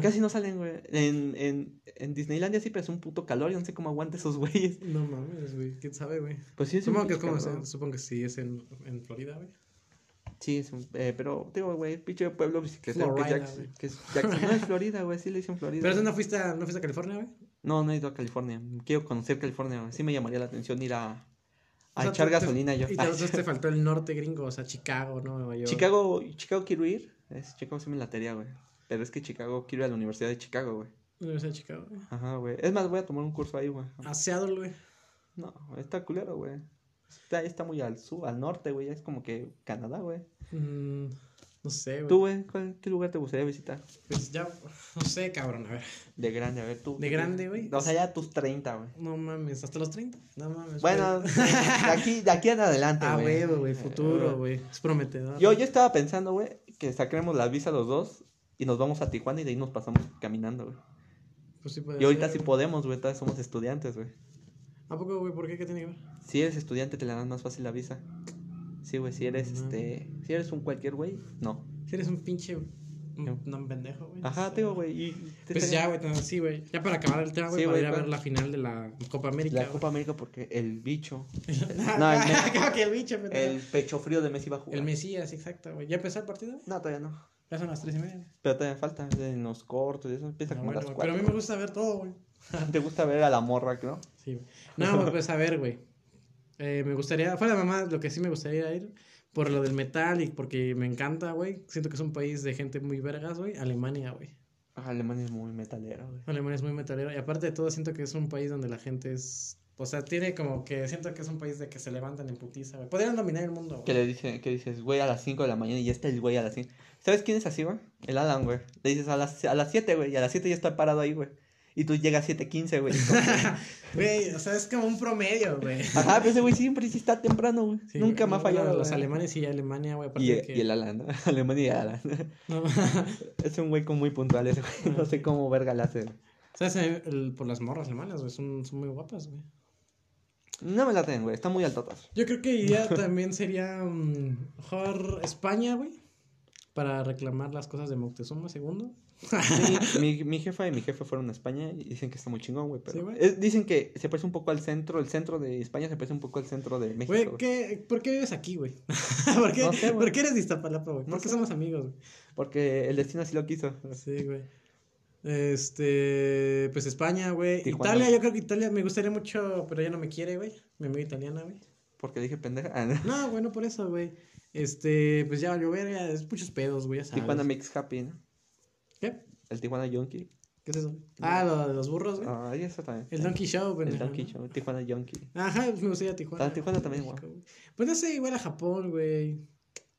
Speaker 2: Casi no salen, güey. En, en, en Disneylandia siempre es un puto calor. Yo no sé cómo aguanta esos güeyes.
Speaker 1: No mames, güey. ¿Quién sabe, güey?
Speaker 2: (laughs) Pues sí, es un
Speaker 1: Supongo que, es como,
Speaker 2: pinche calor.
Speaker 1: supongo que sí es en, en Florida, güey.
Speaker 2: Sí, es un. eh, pero, digo, güey, pinche pueblo bicicletero. Que es
Speaker 1: Florida,
Speaker 2: Jackson-
Speaker 1: güey.
Speaker 2: que es Jackson- No, es Florida, güey. Sí le dicen Florida.
Speaker 1: Pero tú no fuiste a, no fuiste a California, güey.
Speaker 2: No, no he ido a California. Quiero conocer California. güey. Sí me llamaría la atención ir a,
Speaker 1: O
Speaker 2: a
Speaker 1: sea,
Speaker 2: echar
Speaker 1: te- te-
Speaker 2: gasolina yo. Ah,
Speaker 1: Y tal vez te faltó el norte gringo, o sea, Chicago, ¿no? Nueva York.
Speaker 2: Chicago, Chicago quiero ir. Es, Chicago sí me latería, güey. Pero es que Chicago, quiero ir a la Universidad de Chicago, güey.
Speaker 1: Universidad de Chicago. güey.
Speaker 2: Ajá, güey. Es más, voy a tomar un curso ahí, güey.
Speaker 1: A Seattle, güey.
Speaker 2: No, está culero, güey. Está, está muy al sur, al norte, güey. Es como que Canadá, güey.
Speaker 1: Mm, no sé, güey.
Speaker 2: Tú, güey, ¿cuál- ¿qué lugar te gustaría visitar?
Speaker 1: Pues ya, no sé, cabrón, a ver.
Speaker 2: De grande, a ver, tú.
Speaker 1: De grande, güey.
Speaker 2: O sea, ya tus 30, güey.
Speaker 1: No mames, hasta los 30. No mames.
Speaker 2: Bueno,
Speaker 1: Pues,
Speaker 2: (laughs)
Speaker 1: güey.
Speaker 2: de aquí, de aquí en adelante,
Speaker 1: Ah,
Speaker 2: güey.
Speaker 1: huevo, güey,
Speaker 2: Eh,
Speaker 1: futuro, güey. Es prometedor.
Speaker 2: Yo, yo estaba pensando, güey, que saquemos la visa los dos y nos vamos a Tijuana y de ahí nos pasamos caminando, güey.
Speaker 1: Pues sí puede
Speaker 2: Y ahorita
Speaker 1: ser,
Speaker 2: sí
Speaker 1: güey.
Speaker 2: podemos, güey, todavía somos estudiantes, güey.
Speaker 1: ¿A poco, güey? ¿Por qué? ¿Qué tiene que ver?
Speaker 2: Si eres estudiante te la dan más fácil la visa. Sí, güey, si eres
Speaker 1: No.
Speaker 2: este, si eres un cualquier güey, no.
Speaker 1: Si eres un pinche. Un, no, un pendejo, güey.
Speaker 2: Ajá,
Speaker 1: Sí.
Speaker 2: te digo, güey, y te
Speaker 1: Pues
Speaker 2: tenía-
Speaker 1: ya, güey, no, sí, güey. Ya para acabar el tema, güey,
Speaker 2: Sí,
Speaker 1: para
Speaker 2: güey,
Speaker 1: ir a
Speaker 2: va.
Speaker 1: ver la final de la Copa América.
Speaker 2: la
Speaker 1: güey.
Speaker 2: Copa América porque el bicho,
Speaker 1: no, (laughs)
Speaker 2: No, el Messi.
Speaker 1: Creo Ah, que el bicho, pendejo.
Speaker 2: el pecho frío de Messi va a jugar.
Speaker 1: El Mesías, exacto, güey. ¿Ya empezó el partido?
Speaker 2: No, todavía no.
Speaker 1: Ya son las tres y media.
Speaker 2: Pero todavía falta en los cortos y eso empieza
Speaker 1: Ah,
Speaker 2: como
Speaker 1: bueno,
Speaker 2: a las
Speaker 1: güey, pero
Speaker 2: cuatro.
Speaker 1: a mí me gusta ver todo, güey.
Speaker 2: Te gusta ver a la morra, ¿no?
Speaker 1: Sí, güey. (laughs) No, güey, pues a ver, güey. Eh, me gustaría, fuera de mamá, lo que sí me gustaría ir por lo del metal y porque me encanta, güey. Siento que es un país de gente muy vergas, güey. Alemania, güey.
Speaker 2: Ah, Alemania es muy metalero, güey.
Speaker 1: Alemania es muy metalero. Y aparte de todo, siento que es un país donde la gente es. O sea, tiene como que. Siento que es un país de que se levantan en putiza, güey. Podrían dominar el mundo,
Speaker 2: Que
Speaker 1: güey.
Speaker 2: le dice, que dices, güey, a las 5 de la mañana y ya está el güey a las 5. ¿Sabes quién es así, güey? El Alan, güey. Le dices a las, a las 7, güey, y a las 7 ya está parado ahí, güey. Y tú llegas a 7.15, güey.
Speaker 1: Güey, o sea, es como un promedio, güey.
Speaker 2: Ajá, pero ese güey siempre sí está temprano, güey.
Speaker 1: Sí,
Speaker 2: Nunca
Speaker 1: güey.
Speaker 2: me ha
Speaker 1: No,
Speaker 2: fallado.
Speaker 1: no, Los
Speaker 2: güey.
Speaker 1: alemanes y Alemania, güey. Aparte
Speaker 2: Y,
Speaker 1: de que.
Speaker 2: y el Alan, ¿no? (laughs) Alemania y Alan. (laughs)
Speaker 1: No.
Speaker 2: Es un güey con muy puntual ese güey. No sé cómo verga le hace. güey.
Speaker 1: ¿Sabes? El- por las morras alemanas, güey. Son, son muy guapas, güey.
Speaker 2: No me la tengo, güey. Está muy altotas.
Speaker 1: Yo creo que
Speaker 2: (laughs)
Speaker 1: iría también sería mm, mejor España, güey. Para reclamar las cosas de Moctezuma II.
Speaker 2: (laughs) Sí, mi, mi jefa y mi jefe fueron a España y dicen que está muy chingón, güey. Pero
Speaker 1: Sí, güey.
Speaker 2: es- dicen que se parece un poco al centro. El centro de España se parece un poco al centro de México.
Speaker 1: Güey,
Speaker 2: güey.
Speaker 1: ¿qué- ¿por qué vives aquí, güey? (laughs) ¿Por, qué,
Speaker 2: No sé, güey.
Speaker 1: por qué eres de Iztapalapa, güey? ¿Por
Speaker 2: No
Speaker 1: qué
Speaker 2: sé.
Speaker 1: somos amigos, güey?
Speaker 2: Porque el destino así lo quiso.
Speaker 1: Sí, güey. Este, pues España, güey.
Speaker 2: Tijuana.
Speaker 1: Italia, yo creo que Italia me gustaría mucho, pero ella no me quiere, güey. Mi amiga italiana, güey.
Speaker 2: Porque dije pendeja. Ah, (laughs) no.
Speaker 1: No, güey, no por eso, güey. Este, pues ya valió verga, es muchos pedos, güey, ya sabes.
Speaker 2: Tijuana Mix Happy, ¿no?
Speaker 1: ¿Qué?
Speaker 2: El Tijuana Yonki.
Speaker 1: ¿Qué es eso? Ah, lo de los burros, güey.
Speaker 2: Ah, y eso también.
Speaker 1: El Donkey Show,
Speaker 2: El
Speaker 1: pendejo,
Speaker 2: Donkey
Speaker 1: ¿no?
Speaker 2: Show, Tijuana Yonki.
Speaker 1: Ajá, pues me gustaría Tijuana.
Speaker 2: Ah, Tijuana también,
Speaker 1: México,
Speaker 2: guau.
Speaker 1: güey. Pues no sé, igual a Japón, güey.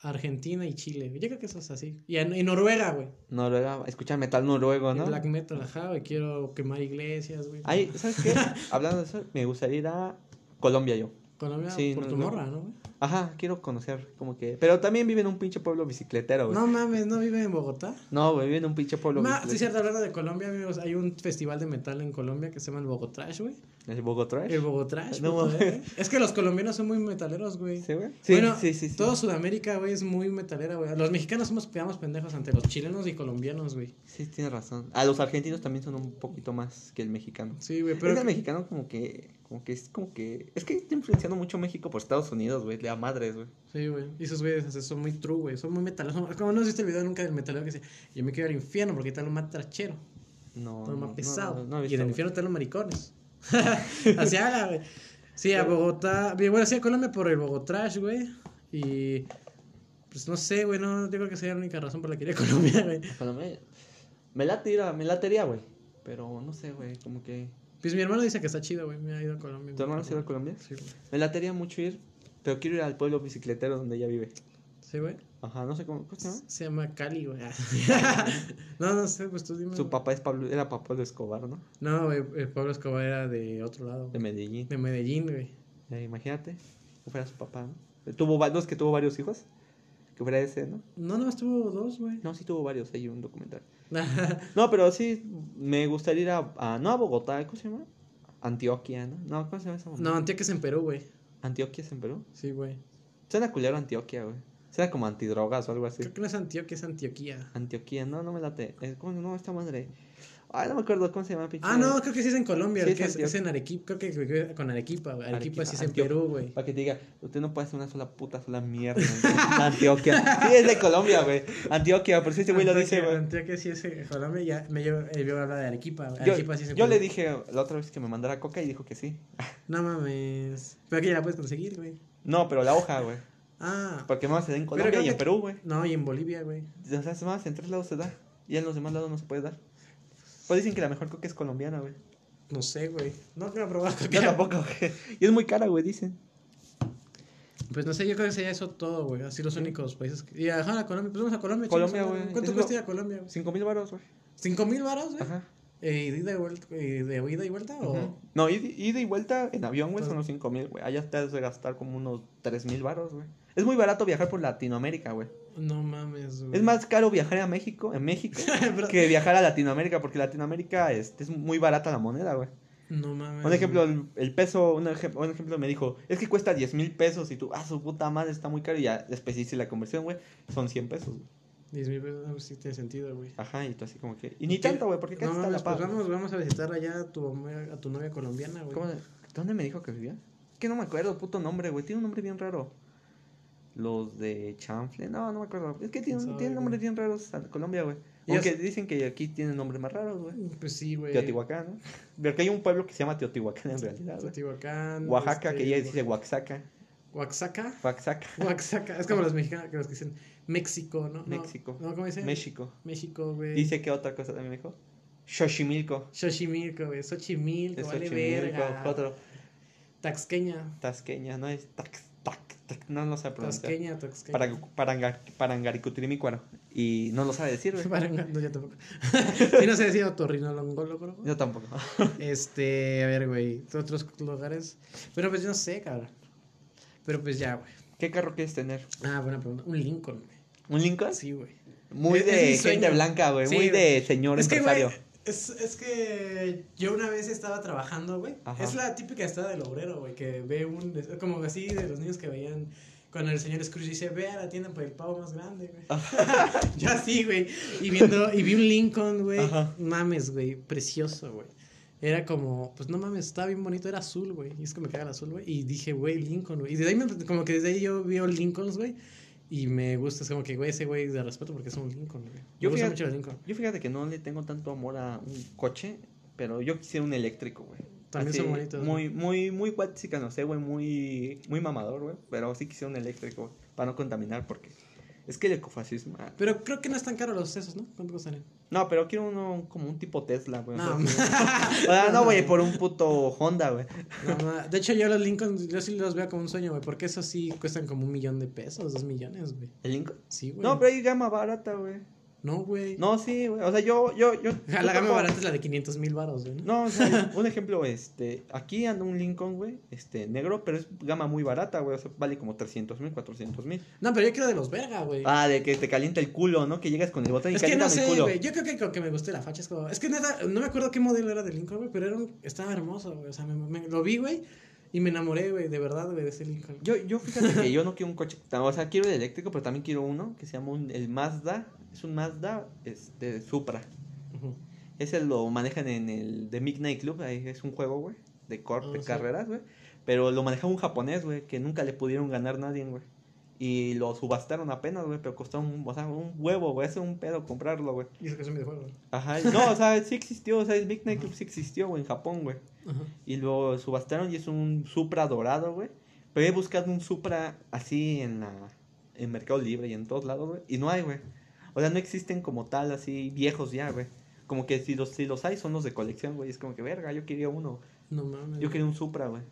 Speaker 1: Argentina y Chile. güey. Yo creo que eso es así. Y, a- y Noruega, güey.
Speaker 2: Noruega, escuchar metal noruego,
Speaker 1: El
Speaker 2: ¿no?
Speaker 1: Black metal, ajá, güey. Quiero quemar iglesias, güey.
Speaker 2: Ahí, ¿sabes
Speaker 1: (laughs)
Speaker 2: qué? Hablando de eso, me gustaría ir a Colombia yo.
Speaker 1: Colombia
Speaker 2: sí,
Speaker 1: por
Speaker 2: no,
Speaker 1: tu
Speaker 2: no. Ah,
Speaker 1: morra, ¿no, güey?
Speaker 2: Ajá, quiero conocer, como que. Pero también vive en un pinche pueblo bicicletero, güey.
Speaker 1: No mames, ¿no vive en Bogotá?
Speaker 2: No, güey, vive en un pinche pueblo
Speaker 1: Ma, sí, es
Speaker 2: bicicletero.
Speaker 1: cierto, hablando de Colombia, amigos, hay un festival de metal en Colombia que se llama el Bogotrash, güey.
Speaker 2: ¿El Bogotá?
Speaker 1: El Bogotrash,
Speaker 2: No
Speaker 1: puto,
Speaker 2: mames.
Speaker 1: ¿eh? Es que los colombianos son muy metaleros, güey.
Speaker 2: Sí, güey. Sí,
Speaker 1: bueno,
Speaker 2: sí, sí, sí.
Speaker 1: todo Sudamérica, güey, es muy metalera, güey. Los mexicanos somos pedamos pendejos ante los chilenos y colombianos, güey.
Speaker 2: Sí, tienes razón. A los argentinos también son un poquito más que el mexicano.
Speaker 1: Sí, güey,
Speaker 2: Pero
Speaker 1: pero...
Speaker 2: es el mexicano como que, como que es como que, es que está influenciando mucho México por Estados Unidos, güey, le da madres, güey.
Speaker 1: Sí, güey. Y esos güeyes o sea, son muy true, güey. Son muy metaleros. Son- Como no has visto el video nunca del metalero que dice, yo me quiero ir al infierno porque está lo más trachero,
Speaker 2: No,
Speaker 1: está lo
Speaker 2: no,
Speaker 1: más
Speaker 2: no,
Speaker 1: pesado.
Speaker 2: no, no he
Speaker 1: y en
Speaker 2: visto,
Speaker 1: el
Speaker 2: güey.
Speaker 1: infierno están los maricones. (laughs) Así haga, güey. Sí, a Bogotá. Bien, bueno, sí, a Colombia por el Bogotrash, güey. Y... Pues no sé, güey, no, yo creo que sería la única razón por la que iría a Colombia, (laughs) güey.
Speaker 2: Cuando me, me late ir a- me latería, güey, pero no sé, güey, como que
Speaker 1: Pues mi hermano dice que está chido, güey. Me ha ido a Colombia.
Speaker 2: ¿Tu hermano se ha ido a Colombia?
Speaker 1: Sí, güey.
Speaker 2: Me latería mucho ir, pero quiero ir al pueblo bicicletero donde ella vive.
Speaker 1: Sí, güey.
Speaker 2: Ajá, no sé cómo, ¿cómo se llama?
Speaker 1: Se llama Cali,
Speaker 2: (laughs)
Speaker 1: güey. no, no sé, pues tú dime.
Speaker 2: Su
Speaker 1: güey.
Speaker 2: papá es Pablo, era Pablo Escobar, ¿no?
Speaker 1: No, güey, eh, Pablo Escobar era de otro lado.
Speaker 2: De
Speaker 1: güey.
Speaker 2: Medellín.
Speaker 1: De Medellín, güey.
Speaker 2: Eh, imagínate, que fuera su papá, ¿no? Tuvo, va- no es que tuvo varios hijos, que fuera ese, ¿no?
Speaker 1: No, no, estuvo dos, güey.
Speaker 2: No, sí tuvo varios, hay un documental. No, pero sí me gustaría ir a, a- no a Bogotá, ¿cómo se llama? Antioquia, ¿no? No, ¿cómo se llama esa
Speaker 1: (laughs)
Speaker 2: mamá?
Speaker 1: no, Antioquia es en Perú, güey.
Speaker 2: Antioquia es en Perú.
Speaker 1: Sí, güey.
Speaker 2: Suena culero Antioquia, güey. Suena como antidrogas o algo así.
Speaker 1: Creo que no es Antioquia, es Antioquia.
Speaker 2: Antioquia, no, no me late. Es como, no, esta madre. Ay, no me acuerdo cómo se llama, pinche.
Speaker 1: Ah, no, creo que sí es en Colombia,
Speaker 2: Sí,
Speaker 1: el
Speaker 2: es
Speaker 1: que es,
Speaker 2: Antioquia.
Speaker 1: es en Arequipa, creo que- creo que con Arequipa, güey. Arequipa,
Speaker 2: Arequipa,
Speaker 1: sí es en
Speaker 2: Antioquia.
Speaker 1: Perú, güey.
Speaker 2: Para que te diga, usted no puede hacer una sola puta, sola mierda. en (laughs) Antioquia. Sí, es de Colombia, güey. Antioquia, por si este güey lo dice,
Speaker 1: Antioquia-
Speaker 2: güey.
Speaker 1: Antioquia sí es en Colombia, ya me llevo, eh, yo hablar de Arequipa, güey.
Speaker 2: Yo,
Speaker 1: Arequipa sí es en
Speaker 2: yo
Speaker 1: Perú.
Speaker 2: le dije la otra vez que me mandara coca y dijo que sí.
Speaker 1: No mames. Pero que ya la puedes conseguir, güey.
Speaker 2: No, pero la hoja, güey.
Speaker 1: Ah.
Speaker 2: Porque más se da en
Speaker 1: Pero
Speaker 2: Colombia
Speaker 1: creo
Speaker 2: y en
Speaker 1: que-
Speaker 2: Perú, güey.
Speaker 1: No, y en Bolivia, güey.
Speaker 2: O sea, es más, en tres lados se da. Y en los demás lados no se puede dar. Pues dicen que la mejor coca es colombiana, güey.
Speaker 1: No sé, güey. No creo probar
Speaker 2: Yo
Speaker 1: coca.
Speaker 2: tampoco, (laughs) güey. Y es muy cara, güey, dicen.
Speaker 1: Pues no sé, yo creo que sería eso todo, güey. Así los únicos países. que- Y ajá, a Colombia. Pues vamos a Colombia,
Speaker 2: Colombia,
Speaker 1: chicos,
Speaker 2: güey.
Speaker 1: ¿Cuánto
Speaker 2: Es
Speaker 1: cuesta
Speaker 2: lo-
Speaker 1: ir a Colombia? güey?
Speaker 2: Cinco mil baros, güey.
Speaker 1: ¿Cinco mil varos, güey?
Speaker 2: Ajá.
Speaker 1: Eh, ¿De ida y vuelta, eh, de ida y vuelta o...?
Speaker 2: Ujú. No, ida, ida y vuelta en avión, güey, son
Speaker 1: Entonces-
Speaker 2: los 5 mil, güey. Allá te has de gastar como unos 3 mil baros, güey. Es muy barato viajar por Latinoamérica, güey.
Speaker 1: No mames, güey.
Speaker 2: Es más caro viajar a México, en México,
Speaker 1: (laughs) Pero-
Speaker 2: que viajar a Latinoamérica, porque Latinoamérica este, es muy barata la moneda, güey.
Speaker 1: No mames.
Speaker 2: Un ejemplo, el, el peso, un, ejem- un ejemplo me dijo, es que cuesta 10 mil pesos y tú, ah, su puta madre, está muy caro. Y ya después hice la conversión, güey, son 100 pesos. güey.
Speaker 1: 10 mil pesos, no, sí tiene sentido, güey.
Speaker 2: Ajá, y tú así como que... Y ni tanto, güey, porque
Speaker 1: no,
Speaker 2: casi está
Speaker 1: mames,
Speaker 2: la paz.
Speaker 1: pues vamos, vamos a visitar allá a tu, mamá- a tu novia colombiana, güey.
Speaker 2: ¿Cómo se- ¿Dónde me dijo que vivía? Es que no me acuerdo, puto nombre, güey. Tiene un nombre bien raro. Los de Chanfle. No, no me acuerdo. Es que tiene,
Speaker 1: ¿Quién sabe,
Speaker 2: tiene nombres bien raros en Colombia, güey.
Speaker 1: Y
Speaker 2: Aunque
Speaker 1: es-
Speaker 2: dicen que aquí tienen nombres más raros, güey.
Speaker 1: Pues sí, güey.
Speaker 2: Teotihuacán, ¿no? Porque hay un pueblo que se llama Teotihuacán en realidad, güey.
Speaker 1: Teotihuacán.
Speaker 2: Oaxaca,
Speaker 1: este,
Speaker 2: que ella dice Oaxaca.
Speaker 1: Oaxaca. (laughs)
Speaker 2: Oaxaca.
Speaker 1: Oaxaca. Es como los mexicanos que los que dicen México, ¿no? No,
Speaker 2: México.
Speaker 1: No, ¿cómo dicen?
Speaker 2: México.
Speaker 1: México, güey.
Speaker 2: Dice que otra cosa también me dijo. Xochimilco.
Speaker 1: Xochimilco, güey. Xochimilco,
Speaker 2: Es
Speaker 1: vale
Speaker 2: Xochimilco.
Speaker 1: verga.
Speaker 2: Otro.
Speaker 1: Taxqueña.
Speaker 2: Tasqueña. No es tax, tax, tax. No lo sé pronunciar.
Speaker 1: Taxqueña, taxqueña.
Speaker 2: Parang- paranga- Parangaricutirimícuaro. Y no lo sabe decir, güey.
Speaker 1: (laughs) Para- No, yo tampoco. sí, no sé si otorrinolaringólogo, ¿no?
Speaker 2: Yo tampoco. (laughs)
Speaker 1: Este, a ver, güey, otros lugares. Pero pues yo no sé, cabrón. Pero pues ya, güey.
Speaker 2: ¿Qué carro quieres tener?
Speaker 1: Ah, buena pregunta. Un Lincoln, güey.
Speaker 2: ¿Un Lincoln?
Speaker 1: Sí, güey.
Speaker 2: Muy
Speaker 1: Es- es mi
Speaker 2: de
Speaker 1: sueño.
Speaker 2: gente blanca, güey.
Speaker 1: Sí,
Speaker 2: muy de
Speaker 1: güey.
Speaker 2: señor
Speaker 1: Es que, güey,
Speaker 2: empresario.
Speaker 1: es, es que yo una vez estaba trabajando, güey.
Speaker 2: Ajá.
Speaker 1: Es la típica estada del obrero, güey, que ve un. es Como así de los niños que veían. Cuando el señor Scrooge dice, ve a la tienda por el pavo más grande, güey. (laughs) yo así, güey. Y viendo, y vi un Lincoln, güey.
Speaker 2: Ajá.
Speaker 1: Mames, güey. Precioso, güey. Era como, pues no mames, estaba bien bonito, era azul, güey. Y es que me caga el azul, güey. Y dije, güey, Lincoln, güey. Y desde ahí, me- como que desde ahí yo veo Lincolns, güey. Y me gusta, es como que, güey, ese güey es de respeto porque es un Lincoln, güey. Yo
Speaker 2: Yo
Speaker 1: me gusta
Speaker 2: fíjate-
Speaker 1: mucho el Lincoln.
Speaker 2: Yo fíjate que no le tengo tanto amor a un coche, pero yo quisiera un eléctrico, güey.
Speaker 1: También
Speaker 2: Así,
Speaker 1: son bonitos,
Speaker 2: Muy, muy, muy guachica, no sé, güey. Muy, muy mamador, güey. Pero sí quisiera un eléctrico, güey, Para no contaminar, porque es que el ecofascismo. ah.
Speaker 1: Pero creo que no están caros los esos, ¿no? ¿Cuánto costan?
Speaker 2: No, pero quiero uno como un tipo Tesla, güey.
Speaker 1: No,
Speaker 2: (laughs) o sea, ah, no, güey, por un puto Honda, güey.
Speaker 1: (laughs) no, ma- de hecho, yo los Lincoln, yo sí los veo como un sueño, güey. Porque esos sí cuestan como un millón de pesos, dos millones, güey.
Speaker 2: ¿El Lincoln?
Speaker 1: Sí, güey.
Speaker 2: No, pero hay gama barata, güey.
Speaker 1: No, güey.
Speaker 2: No, sí, güey. O sea, yo, yo,
Speaker 1: (laughs)
Speaker 2: yo.
Speaker 1: Ja, (laughs)
Speaker 2: yo
Speaker 1: La gama
Speaker 2: topo-
Speaker 1: barata es la de 500 mil baros, güey. ¿no?
Speaker 2: No, o sea, un ejemplo, este, aquí anda un Lincoln, güey, este, negro, pero es gama muy barata, güey, o sea, vale como 300 mil, 400 mil.
Speaker 1: No, pero yo quiero de los verga, güey.
Speaker 2: Ah, de que te calienta el culo, ¿no? Que llegas con el botón y
Speaker 1: es que no
Speaker 2: calienta el
Speaker 1: sé,
Speaker 2: culo.
Speaker 1: güey. Yo creo que con que me guste la facha es como. Es que neta, no me acuerdo qué modelo era de Lincoln, güey. Pero era un... estaba hermoso, güey. O sea, me, me- lo vi, güey. Y me enamoré, güey. De verdad, güey, de ese Lincoln.
Speaker 2: Yo, yo fíjate que yo no quiero un coche, o sea, quiero el eléctrico, pero también quiero uno que se llama un, el Mazda, es un Mazda, este, Supra.
Speaker 1: Ujú.
Speaker 2: Ese lo manejan en el The Midnight Club, ahí es un juego, güey, de, cor-
Speaker 1: Ah,
Speaker 2: de
Speaker 1: sí.
Speaker 2: carreras, güey. Pero lo manejaba un japonés, güey, que nunca le pudieron ganar nadie, güey. Y lo subastaron apenas, güey, pero costó un, o sea, un huevo, güey, es un pedo comprarlo, güey.
Speaker 1: Y eso que es un videojuego, güey.
Speaker 2: Ajá, y- no, o sea, sí existió, o sea, el Midnight Club sí existió, güey, en Japón, güey.
Speaker 1: Ajá.
Speaker 2: Y lo subastaron y es un Supra dorado, güey. Pero he buscado un Supra así en la en Mercado Libre y en todos lados, güey. Y no hay, güey. O sea, no existen como tal, así viejos ya, güey. Como que si los, si los hay, son los de colección, güey. Es como que, verga, yo quería uno.
Speaker 1: No mames.
Speaker 2: Yo
Speaker 1: güey.
Speaker 2: quería un Supra, güey.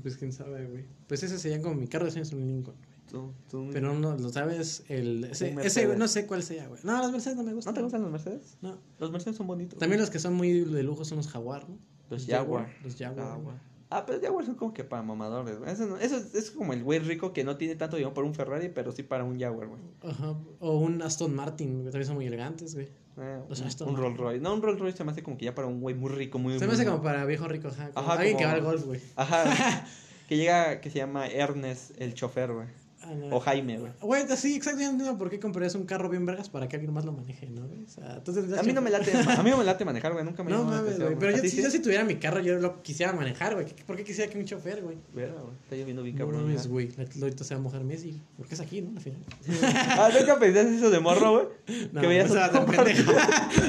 Speaker 1: Pues quién sabe, güey. Pues ese sería como mi carro de sueños un Lincoln. güey.
Speaker 2: Tú- tú-
Speaker 1: Pero no, lo sabes, el. Ese,
Speaker 2: Un
Speaker 1: ese, güey,
Speaker 2: Mercedes.
Speaker 1: no sé cuál sea, güey. No, los Mercedes no me gustan.
Speaker 2: ¿No te gustan los Mercedes?
Speaker 1: No.
Speaker 2: Los Mercedes son bonitos.
Speaker 1: También los que son muy de lujo son los Jaguar, ¿no?
Speaker 2: Los Jaguar.
Speaker 1: Los Jaguar.
Speaker 2: Ah,
Speaker 1: güey.
Speaker 2: güey. Ah, pero Jaguar son como que para mamadores, güey. Eso, no- eso es, es como el güey rico que no tiene tanto dinero para un Ferrari, pero sí para un Jaguar, güey.
Speaker 1: Ajá. O un Aston Martin, güey. También son muy elegantes, güey.
Speaker 2: Eh,
Speaker 1: Los
Speaker 2: un,
Speaker 1: Aston
Speaker 2: un
Speaker 1: Martin.
Speaker 2: Rolls Royce. No, un Rolls Royce se me hace como que ya para un güey muy rico, muy
Speaker 1: Se me hace
Speaker 2: muy-
Speaker 1: como para viejo rico, ajá. como
Speaker 2: Ajá,
Speaker 1: alguien que va
Speaker 2: como-
Speaker 1: al golf, güey.
Speaker 2: Ajá. (laughs) que llega, que se llama Ernest, el chofer, güey.
Speaker 1: Ah, no.
Speaker 2: O Jaime, güey.
Speaker 1: Güey, sí, exacto. Yo no entiendo por qué comprarías un carro bien vergas para que alguien más lo maneje, ¿no? güey? O sea, tú tendrías
Speaker 2: A mí
Speaker 1: que-
Speaker 2: no me late,
Speaker 1: (laughs)
Speaker 2: a mí no me late manejar, güey. Nunca me
Speaker 1: No
Speaker 2: llamó la
Speaker 1: mames,
Speaker 2: atención,
Speaker 1: güey. Pero
Speaker 2: ¿A
Speaker 1: yo,
Speaker 2: ti
Speaker 1: si,
Speaker 2: sí?
Speaker 1: yo si tuviera mi carro, yo lo quisiera manejar, güey. ¿Por qué quisiera que un chofer, güey?
Speaker 2: Verga, güey. Está lloviendo bien
Speaker 1: No
Speaker 2: cabrón.
Speaker 1: mames,
Speaker 2: ya.
Speaker 1: güey. la- Ahorita se va a mojar Messi. Porque es aquí, ¿no? Al final.
Speaker 2: Ah, ¿nunca pensaste eso de morro, güey?
Speaker 1: (laughs) No,
Speaker 2: que veías
Speaker 1: no
Speaker 2: a (laughs)
Speaker 1: seas tan
Speaker 2: tu
Speaker 1: pendejo.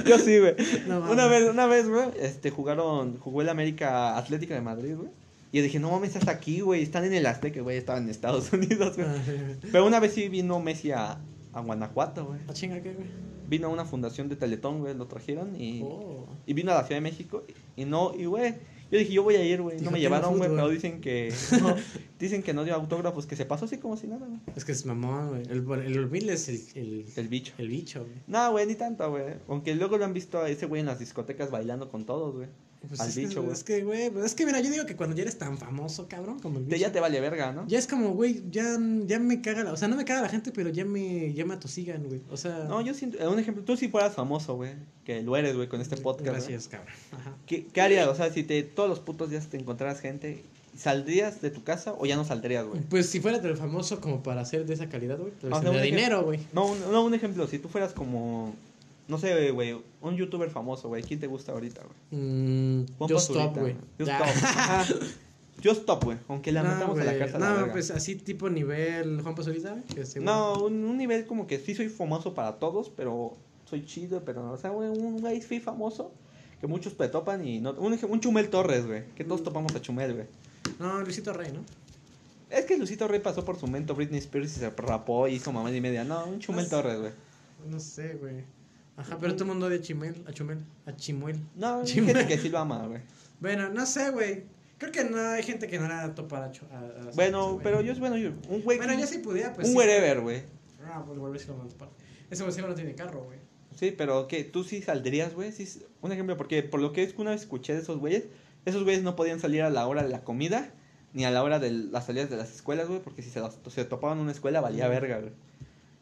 Speaker 2: Yo sí, güey.
Speaker 1: No mames.
Speaker 2: (laughs) una vez, una vez, güey, este, jugaron, jugó el América Atlética de Madrid, güey. Y yo dije, no mames, hasta aquí, güey. Están en el Azteca, güey. Estaban en Estados (laughs) Unidos, güey.
Speaker 1: Ah, sí, güey.
Speaker 2: Pero una vez sí vino Messi a, a Guanajuato, güey.
Speaker 1: Ah, chinga, ¿qué, güey?
Speaker 2: Vino a una fundación de Teletón, güey. Lo trajeron y,
Speaker 1: Oh.
Speaker 2: y vino a la Ciudad de México. Y no, y güey. Yo dije, yo voy a ir, güey.
Speaker 1: Dijo,
Speaker 2: No me
Speaker 1: "Quiero
Speaker 2: llevaron, güey.
Speaker 1: fútbol".
Speaker 2: Pero dicen que.
Speaker 1: (laughs)
Speaker 2: No, dicen que no dio autógrafos, que se pasó así como si nada, güey.
Speaker 1: Es que es mamón, güey. El, el Orville es el, el,
Speaker 2: El bicho.
Speaker 1: el bicho, güey.
Speaker 2: No, güey, ni tanto, güey. Aunque luego lo han visto a ese güey en las discotecas bailando con todos, güey.
Speaker 1: Pues
Speaker 2: Al
Speaker 1: es
Speaker 2: bicho,
Speaker 1: que,
Speaker 2: güey.
Speaker 1: Es que, güey, pues es que mira, yo digo que cuando ya eres tan famoso, cabrón, como el
Speaker 2: Te-
Speaker 1: bicho.
Speaker 2: ya te vale verga, ¿no?
Speaker 1: ya es como, güey, ya, ya me caga la. O sea, no me caga la gente, pero ya me, ya me atosigan, güey. O sea.
Speaker 2: No, yo siento, eh, un ejemplo, tú si fueras famoso, güey, que lo eres, güey, con este podcast. güey.
Speaker 1: Gracias, cabrón. Ajá.
Speaker 2: ¿Qué, qué harías? O sea, si te, todos los putos días te encontraras gente, ¿saldrías de tu casa o ya no saldrías, güey?
Speaker 1: Pues si fuera tan famoso como para ser de esa calidad, güey. Pues
Speaker 2: O sea,
Speaker 1: tendría
Speaker 2: un ejemplo-
Speaker 1: dinero, güey.
Speaker 2: No, un, no, un ejemplo, si tú fueras como, no sé, güey, un youtuber famoso, güey, ¿quién te gusta ahorita, güey?
Speaker 1: Mm,
Speaker 2: Juan
Speaker 1: yo
Speaker 2: Pazurita,
Speaker 1: stop, güey. Ah.
Speaker 2: Yo
Speaker 1: Ya.
Speaker 2: stop. Ajá. Yo stop, güey, aunque la
Speaker 1: No,
Speaker 2: metamos a la
Speaker 1: güey,
Speaker 2: cárcel. a la
Speaker 1: No,
Speaker 2: verga.
Speaker 1: pues así tipo nivel Juan Pazurita, güey. que seguro-
Speaker 2: No, un, un nivel como que sí soy famoso para todos, pero soy chido, pero no. O sea, güey, un güey sí famoso que muchos te topan y no. Un, ej- un Chumel Torres, güey. Que
Speaker 1: Mm.
Speaker 2: todos topamos a Chumel, güey.
Speaker 1: No, Luisito Rey, ¿no?
Speaker 2: Es que Lucito Rey pasó por su momento Britney Spears y se rapó y hizo mamá y media. No, un Chumel
Speaker 1: Ah, sí.
Speaker 2: Torres, güey.
Speaker 1: No sé, güey. Ajá, pero todo el mundo odia a Chimel, a Chumel, a Chimuel.
Speaker 2: No, hay
Speaker 1: Chumel.
Speaker 2: gente que sí lo ama,
Speaker 1: (laughs)
Speaker 2: güey.
Speaker 1: Bueno, no sé, güey. Creo que no hay gente que no la topa a Chu- a- a- a-
Speaker 2: Bueno,
Speaker 1: güey.
Speaker 2: pero yo es bueno, yo, un güey.
Speaker 1: Bueno, yo sí pudiera, pues.
Speaker 2: un
Speaker 1: sí.
Speaker 2: wherever, güey.
Speaker 1: Ah, pues volver si lo mando para. Ese güey seguro no tiene carro, güey.
Speaker 2: Sí, pero que tú sí saldrías, güey. Sí, s- un ejemplo, porque por lo que es que una vez escuché de esos güeyes, esos güeyes no podían salir a la hora de la comida ni a la hora de las salidas de las escuelas, güey, porque si se, las- se topaban en una escuela valía verga, güey.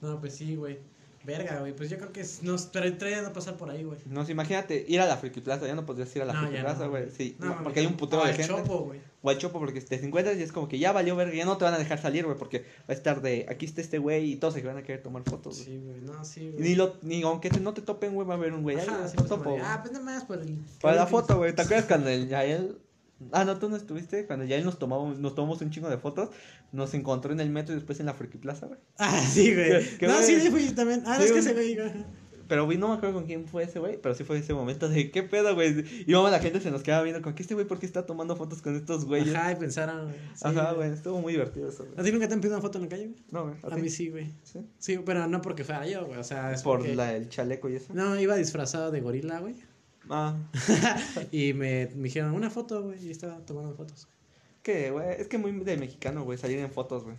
Speaker 1: No, pues sí, güey. Verga, güey. Pues yo creo que es- nos tra- traían a pasar por ahí, güey.
Speaker 2: No, sé, imagínate ir a la Friki Plaza, ya no podrías ir a la
Speaker 1: No,
Speaker 2: Friki
Speaker 1: ya
Speaker 2: Plaza,
Speaker 1: no,
Speaker 2: güey.
Speaker 1: güey.
Speaker 2: sí,
Speaker 1: No, mami,
Speaker 2: porque hay un putero
Speaker 1: ah,
Speaker 2: de
Speaker 1: el
Speaker 2: gente.
Speaker 1: Chopo, güey.
Speaker 2: O al Chopo, porque te encuentras y es como que ya valió verga, ya no te van a dejar salir, güey, porque va a estar de aquí está este güey y todos se van a querer tomar fotos, güey.
Speaker 1: Sí, güey. No, sí,
Speaker 2: Ni,
Speaker 1: güey.
Speaker 2: lo, ni aunque te- no te topen, güey, va a haber un güey. "Ay,
Speaker 1: Ajá,
Speaker 2: ya
Speaker 1: sí,
Speaker 2: te
Speaker 1: pues,
Speaker 2: topo,
Speaker 1: como de,
Speaker 2: güey".
Speaker 1: Ah, pues nada más por el.
Speaker 2: Para la foto, güey. ¿Te acuerdas cuando el Yael... Ah, no, tú no estuviste. Cuando Yael nos tomamos, nos tomamos un chingo de fotos, nos encontró en el metro y después en la Friki Plaza, güey.
Speaker 1: (laughs) Ah, sí,
Speaker 2: Que-
Speaker 1: güey.
Speaker 2: que
Speaker 1: no,
Speaker 2: güey.
Speaker 1: sí, le fui también. Ah, no, es
Speaker 2: Sí,
Speaker 1: que
Speaker 2: güey.
Speaker 1: se güey. ajá.
Speaker 2: Pero, güey, no me acuerdo con quién fue ese güey, pero sí fue ese momento de qué pedo, güey. Y mamá, la gente se nos quedaba viendo con que este güey, ¿por qué está tomando fotos con estos güeyes?
Speaker 1: Ajá, y pensaron. sí,
Speaker 2: Ajá, güey. Estuvo muy divertido eso, güey.
Speaker 1: ¿A ti nunca te han pedido una foto en la calle, güey?
Speaker 2: No, güey.
Speaker 1: A
Speaker 2: ti?
Speaker 1: mí sí, güey.
Speaker 2: Sí.
Speaker 1: Sí, pero no porque fuera yo, güey. O sea, es
Speaker 2: Por
Speaker 1: porque-
Speaker 2: la- el chaleco y eso.
Speaker 1: No, iba disfrazado de gorila, güey.
Speaker 2: Ah,
Speaker 1: Y me, me dijeron una foto, güey. Y estaba tomando fotos.
Speaker 2: que, güey. Es que muy de mexicano, güey, salir en fotos, güey.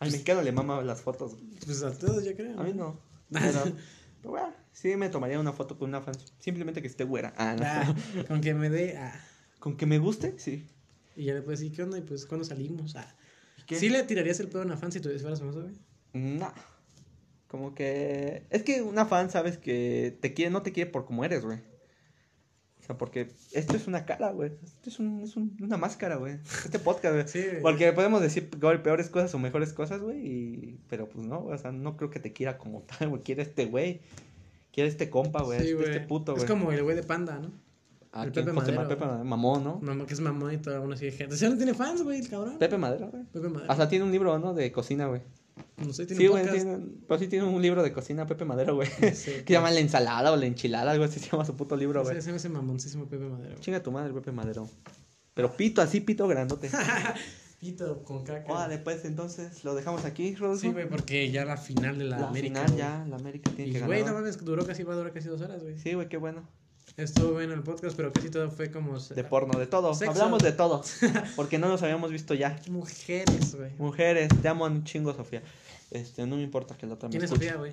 Speaker 2: Al mexicano le mama las fotos, güey.
Speaker 1: Pues a todos, yo creo.
Speaker 2: A
Speaker 1: (laughs)
Speaker 2: mí no. Pero, pero, bueno, sí me tomaría una foto con una fan. Simplemente que esté güera. Ah, no.
Speaker 1: Ah, con que me dé. ah.
Speaker 2: (laughs) Con que me guste, sí.
Speaker 1: Y ya le puedes decir, ¿qué onda? Y pues, ¿cuándo salimos? Ah.
Speaker 2: ¿Qué?
Speaker 1: ¿Sí le tirarías el pedo a una fan si tú fueras famoso, güey?
Speaker 2: No. Como que. Es que una fan, sabes que te quiere, no te quiere por como eres, güey. O sea, porque esto es una cara, güey. Esto es, un- es un- una máscara, güey. Este
Speaker 1: (laughs)
Speaker 2: podcast, güey.
Speaker 1: Sí, güey.
Speaker 2: Porque podemos decir peor- peores cosas o mejores cosas, güey. y- Pero pues no, o sea, no creo que te quiera como (laughs) tal, güey. Quiere este güey. Quiere este compa, güey.
Speaker 1: Sí,
Speaker 2: este,
Speaker 1: güey.
Speaker 2: este puto, güey.
Speaker 1: Es como el güey de panda, ¿no?
Speaker 2: ¿A
Speaker 1: el
Speaker 2: quién?
Speaker 1: Pepe
Speaker 2: José Ma-
Speaker 1: Madero,
Speaker 2: Pepe Mamón, ¿no?
Speaker 1: Mamá que es mamón y todo, aún así de gente. O sea, no tiene fans, güey, el cabrón.
Speaker 2: Pepe Madero, güey.
Speaker 1: Pepe Madero.
Speaker 2: Hasta tiene un libro, ¿no? De cocina, güey.
Speaker 1: No sé, tiene
Speaker 2: Sí,
Speaker 1: un
Speaker 2: güey,
Speaker 1: podcast.
Speaker 2: tiene, pues sí tiene un libro de cocina, Pepe Madero, güey.
Speaker 1: Sí,
Speaker 2: (laughs) que se llama La ensalada o la enchilada, algo así se llama su puto libro, güey.
Speaker 1: Ese- ese me hace mamoncísimo Pepe Madero. güey.
Speaker 2: Chinga tu madre, Pepe Madero. Pero pito, así pito
Speaker 1: (laughs)
Speaker 2: grandote.
Speaker 1: Pito con caca.
Speaker 2: Órale, pues entonces lo dejamos aquí, Rodolfo.
Speaker 1: Sí, güey, porque ya la final de la,
Speaker 2: la
Speaker 1: América.
Speaker 2: final
Speaker 1: güey.
Speaker 2: ya, la América tiene
Speaker 1: Y,
Speaker 2: que
Speaker 1: güey,
Speaker 2: ganar.
Speaker 1: no mames, duró casi, va a durar casi dos horas, güey.
Speaker 2: Sí, güey, qué bueno.
Speaker 1: Estuvo bueno el podcast, pero casi todo fue como. se-
Speaker 2: De porno, de todo.
Speaker 1: Sexo.
Speaker 2: Hablamos de
Speaker 1: (laughs)
Speaker 2: todo. Porque no nos habíamos visto ya.
Speaker 1: Mujeres, güey.
Speaker 2: Mujeres, te amo un chingo, Sofía. Este, no me importa que la otra me
Speaker 1: ¿Quién es
Speaker 2: escuche.
Speaker 1: Sofía, güey?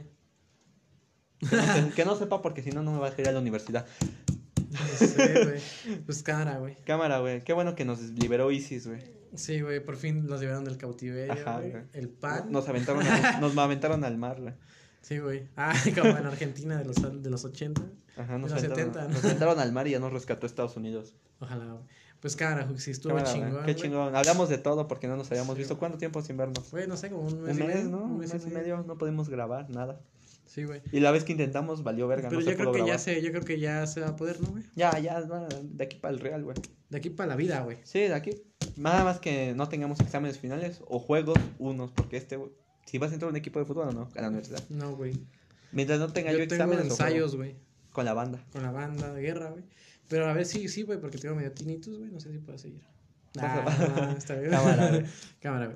Speaker 2: Que no, se- que no sepa porque si no, no me va a ir a la universidad.
Speaker 1: No sé, güey. Pues cara, güey.
Speaker 2: Cámara, güey. Qué bueno que nos liberó Isis, güey.
Speaker 1: Sí, güey, por fin nos llevaron del cautiverio,
Speaker 2: Ajá,
Speaker 1: güey.
Speaker 2: güey.
Speaker 1: El pan.
Speaker 2: Nos
Speaker 1: (laughs)
Speaker 2: aventaron, al- nos aventaron al mar, güey.
Speaker 1: Sí, güey. (laughs) Ah, como en Argentina de los, de los 80.
Speaker 2: Ajá, nos
Speaker 1: los
Speaker 2: aventaron,
Speaker 1: 70, ¿no?
Speaker 2: nos aventaron al mar y ya nos rescató Estados Unidos.
Speaker 1: Ojalá, güey. Pues cara, güey, sí, estuvo
Speaker 2: Cámara, güey.
Speaker 1: chingón.
Speaker 2: Qué
Speaker 1: güey.
Speaker 2: chingón. Hablamos de todo porque no nos habíamos
Speaker 1: Sí,
Speaker 2: visto.
Speaker 1: güey.
Speaker 2: ¿Cuánto tiempo sin vernos?
Speaker 1: Güey, no sé, como un mes,
Speaker 2: Un
Speaker 1: y
Speaker 2: mes,
Speaker 1: medio,
Speaker 2: ¿no? Un mes y medio. No podemos grabar nada.
Speaker 1: Sí, güey.
Speaker 2: Y la vez que intentamos valió verga.
Speaker 1: Pero
Speaker 2: no
Speaker 1: yo
Speaker 2: se
Speaker 1: creo
Speaker 2: pudo
Speaker 1: que ya
Speaker 2: grabar.
Speaker 1: se, yo creo que ya se va a poder, ¿no, güey?
Speaker 2: Ya, ya, no, de aquí para el real, güey.
Speaker 1: De aquí para la vida, güey.
Speaker 2: Sí, de aquí. Nada más que no tengamos exámenes finales o juegos unos, porque este, güey, si vas a entrar a un equipo de fútbol o no, a la universidad.
Speaker 1: No, güey.
Speaker 2: Mientras no tenga yo,
Speaker 1: Yo tengo
Speaker 2: exámenes o juego
Speaker 1: ensayos, güey.
Speaker 2: con la banda.
Speaker 1: Con la banda de guerra, güey. Pero a ver, sí,
Speaker 2: (laughs)
Speaker 1: sí, güey, porque tengo medio tinnitus, güey. No sé si puedo seguir.
Speaker 2: Pasa-
Speaker 1: Ah, está bien.
Speaker 2: Cámara, güey.
Speaker 1: (laughs) Cámara, güey.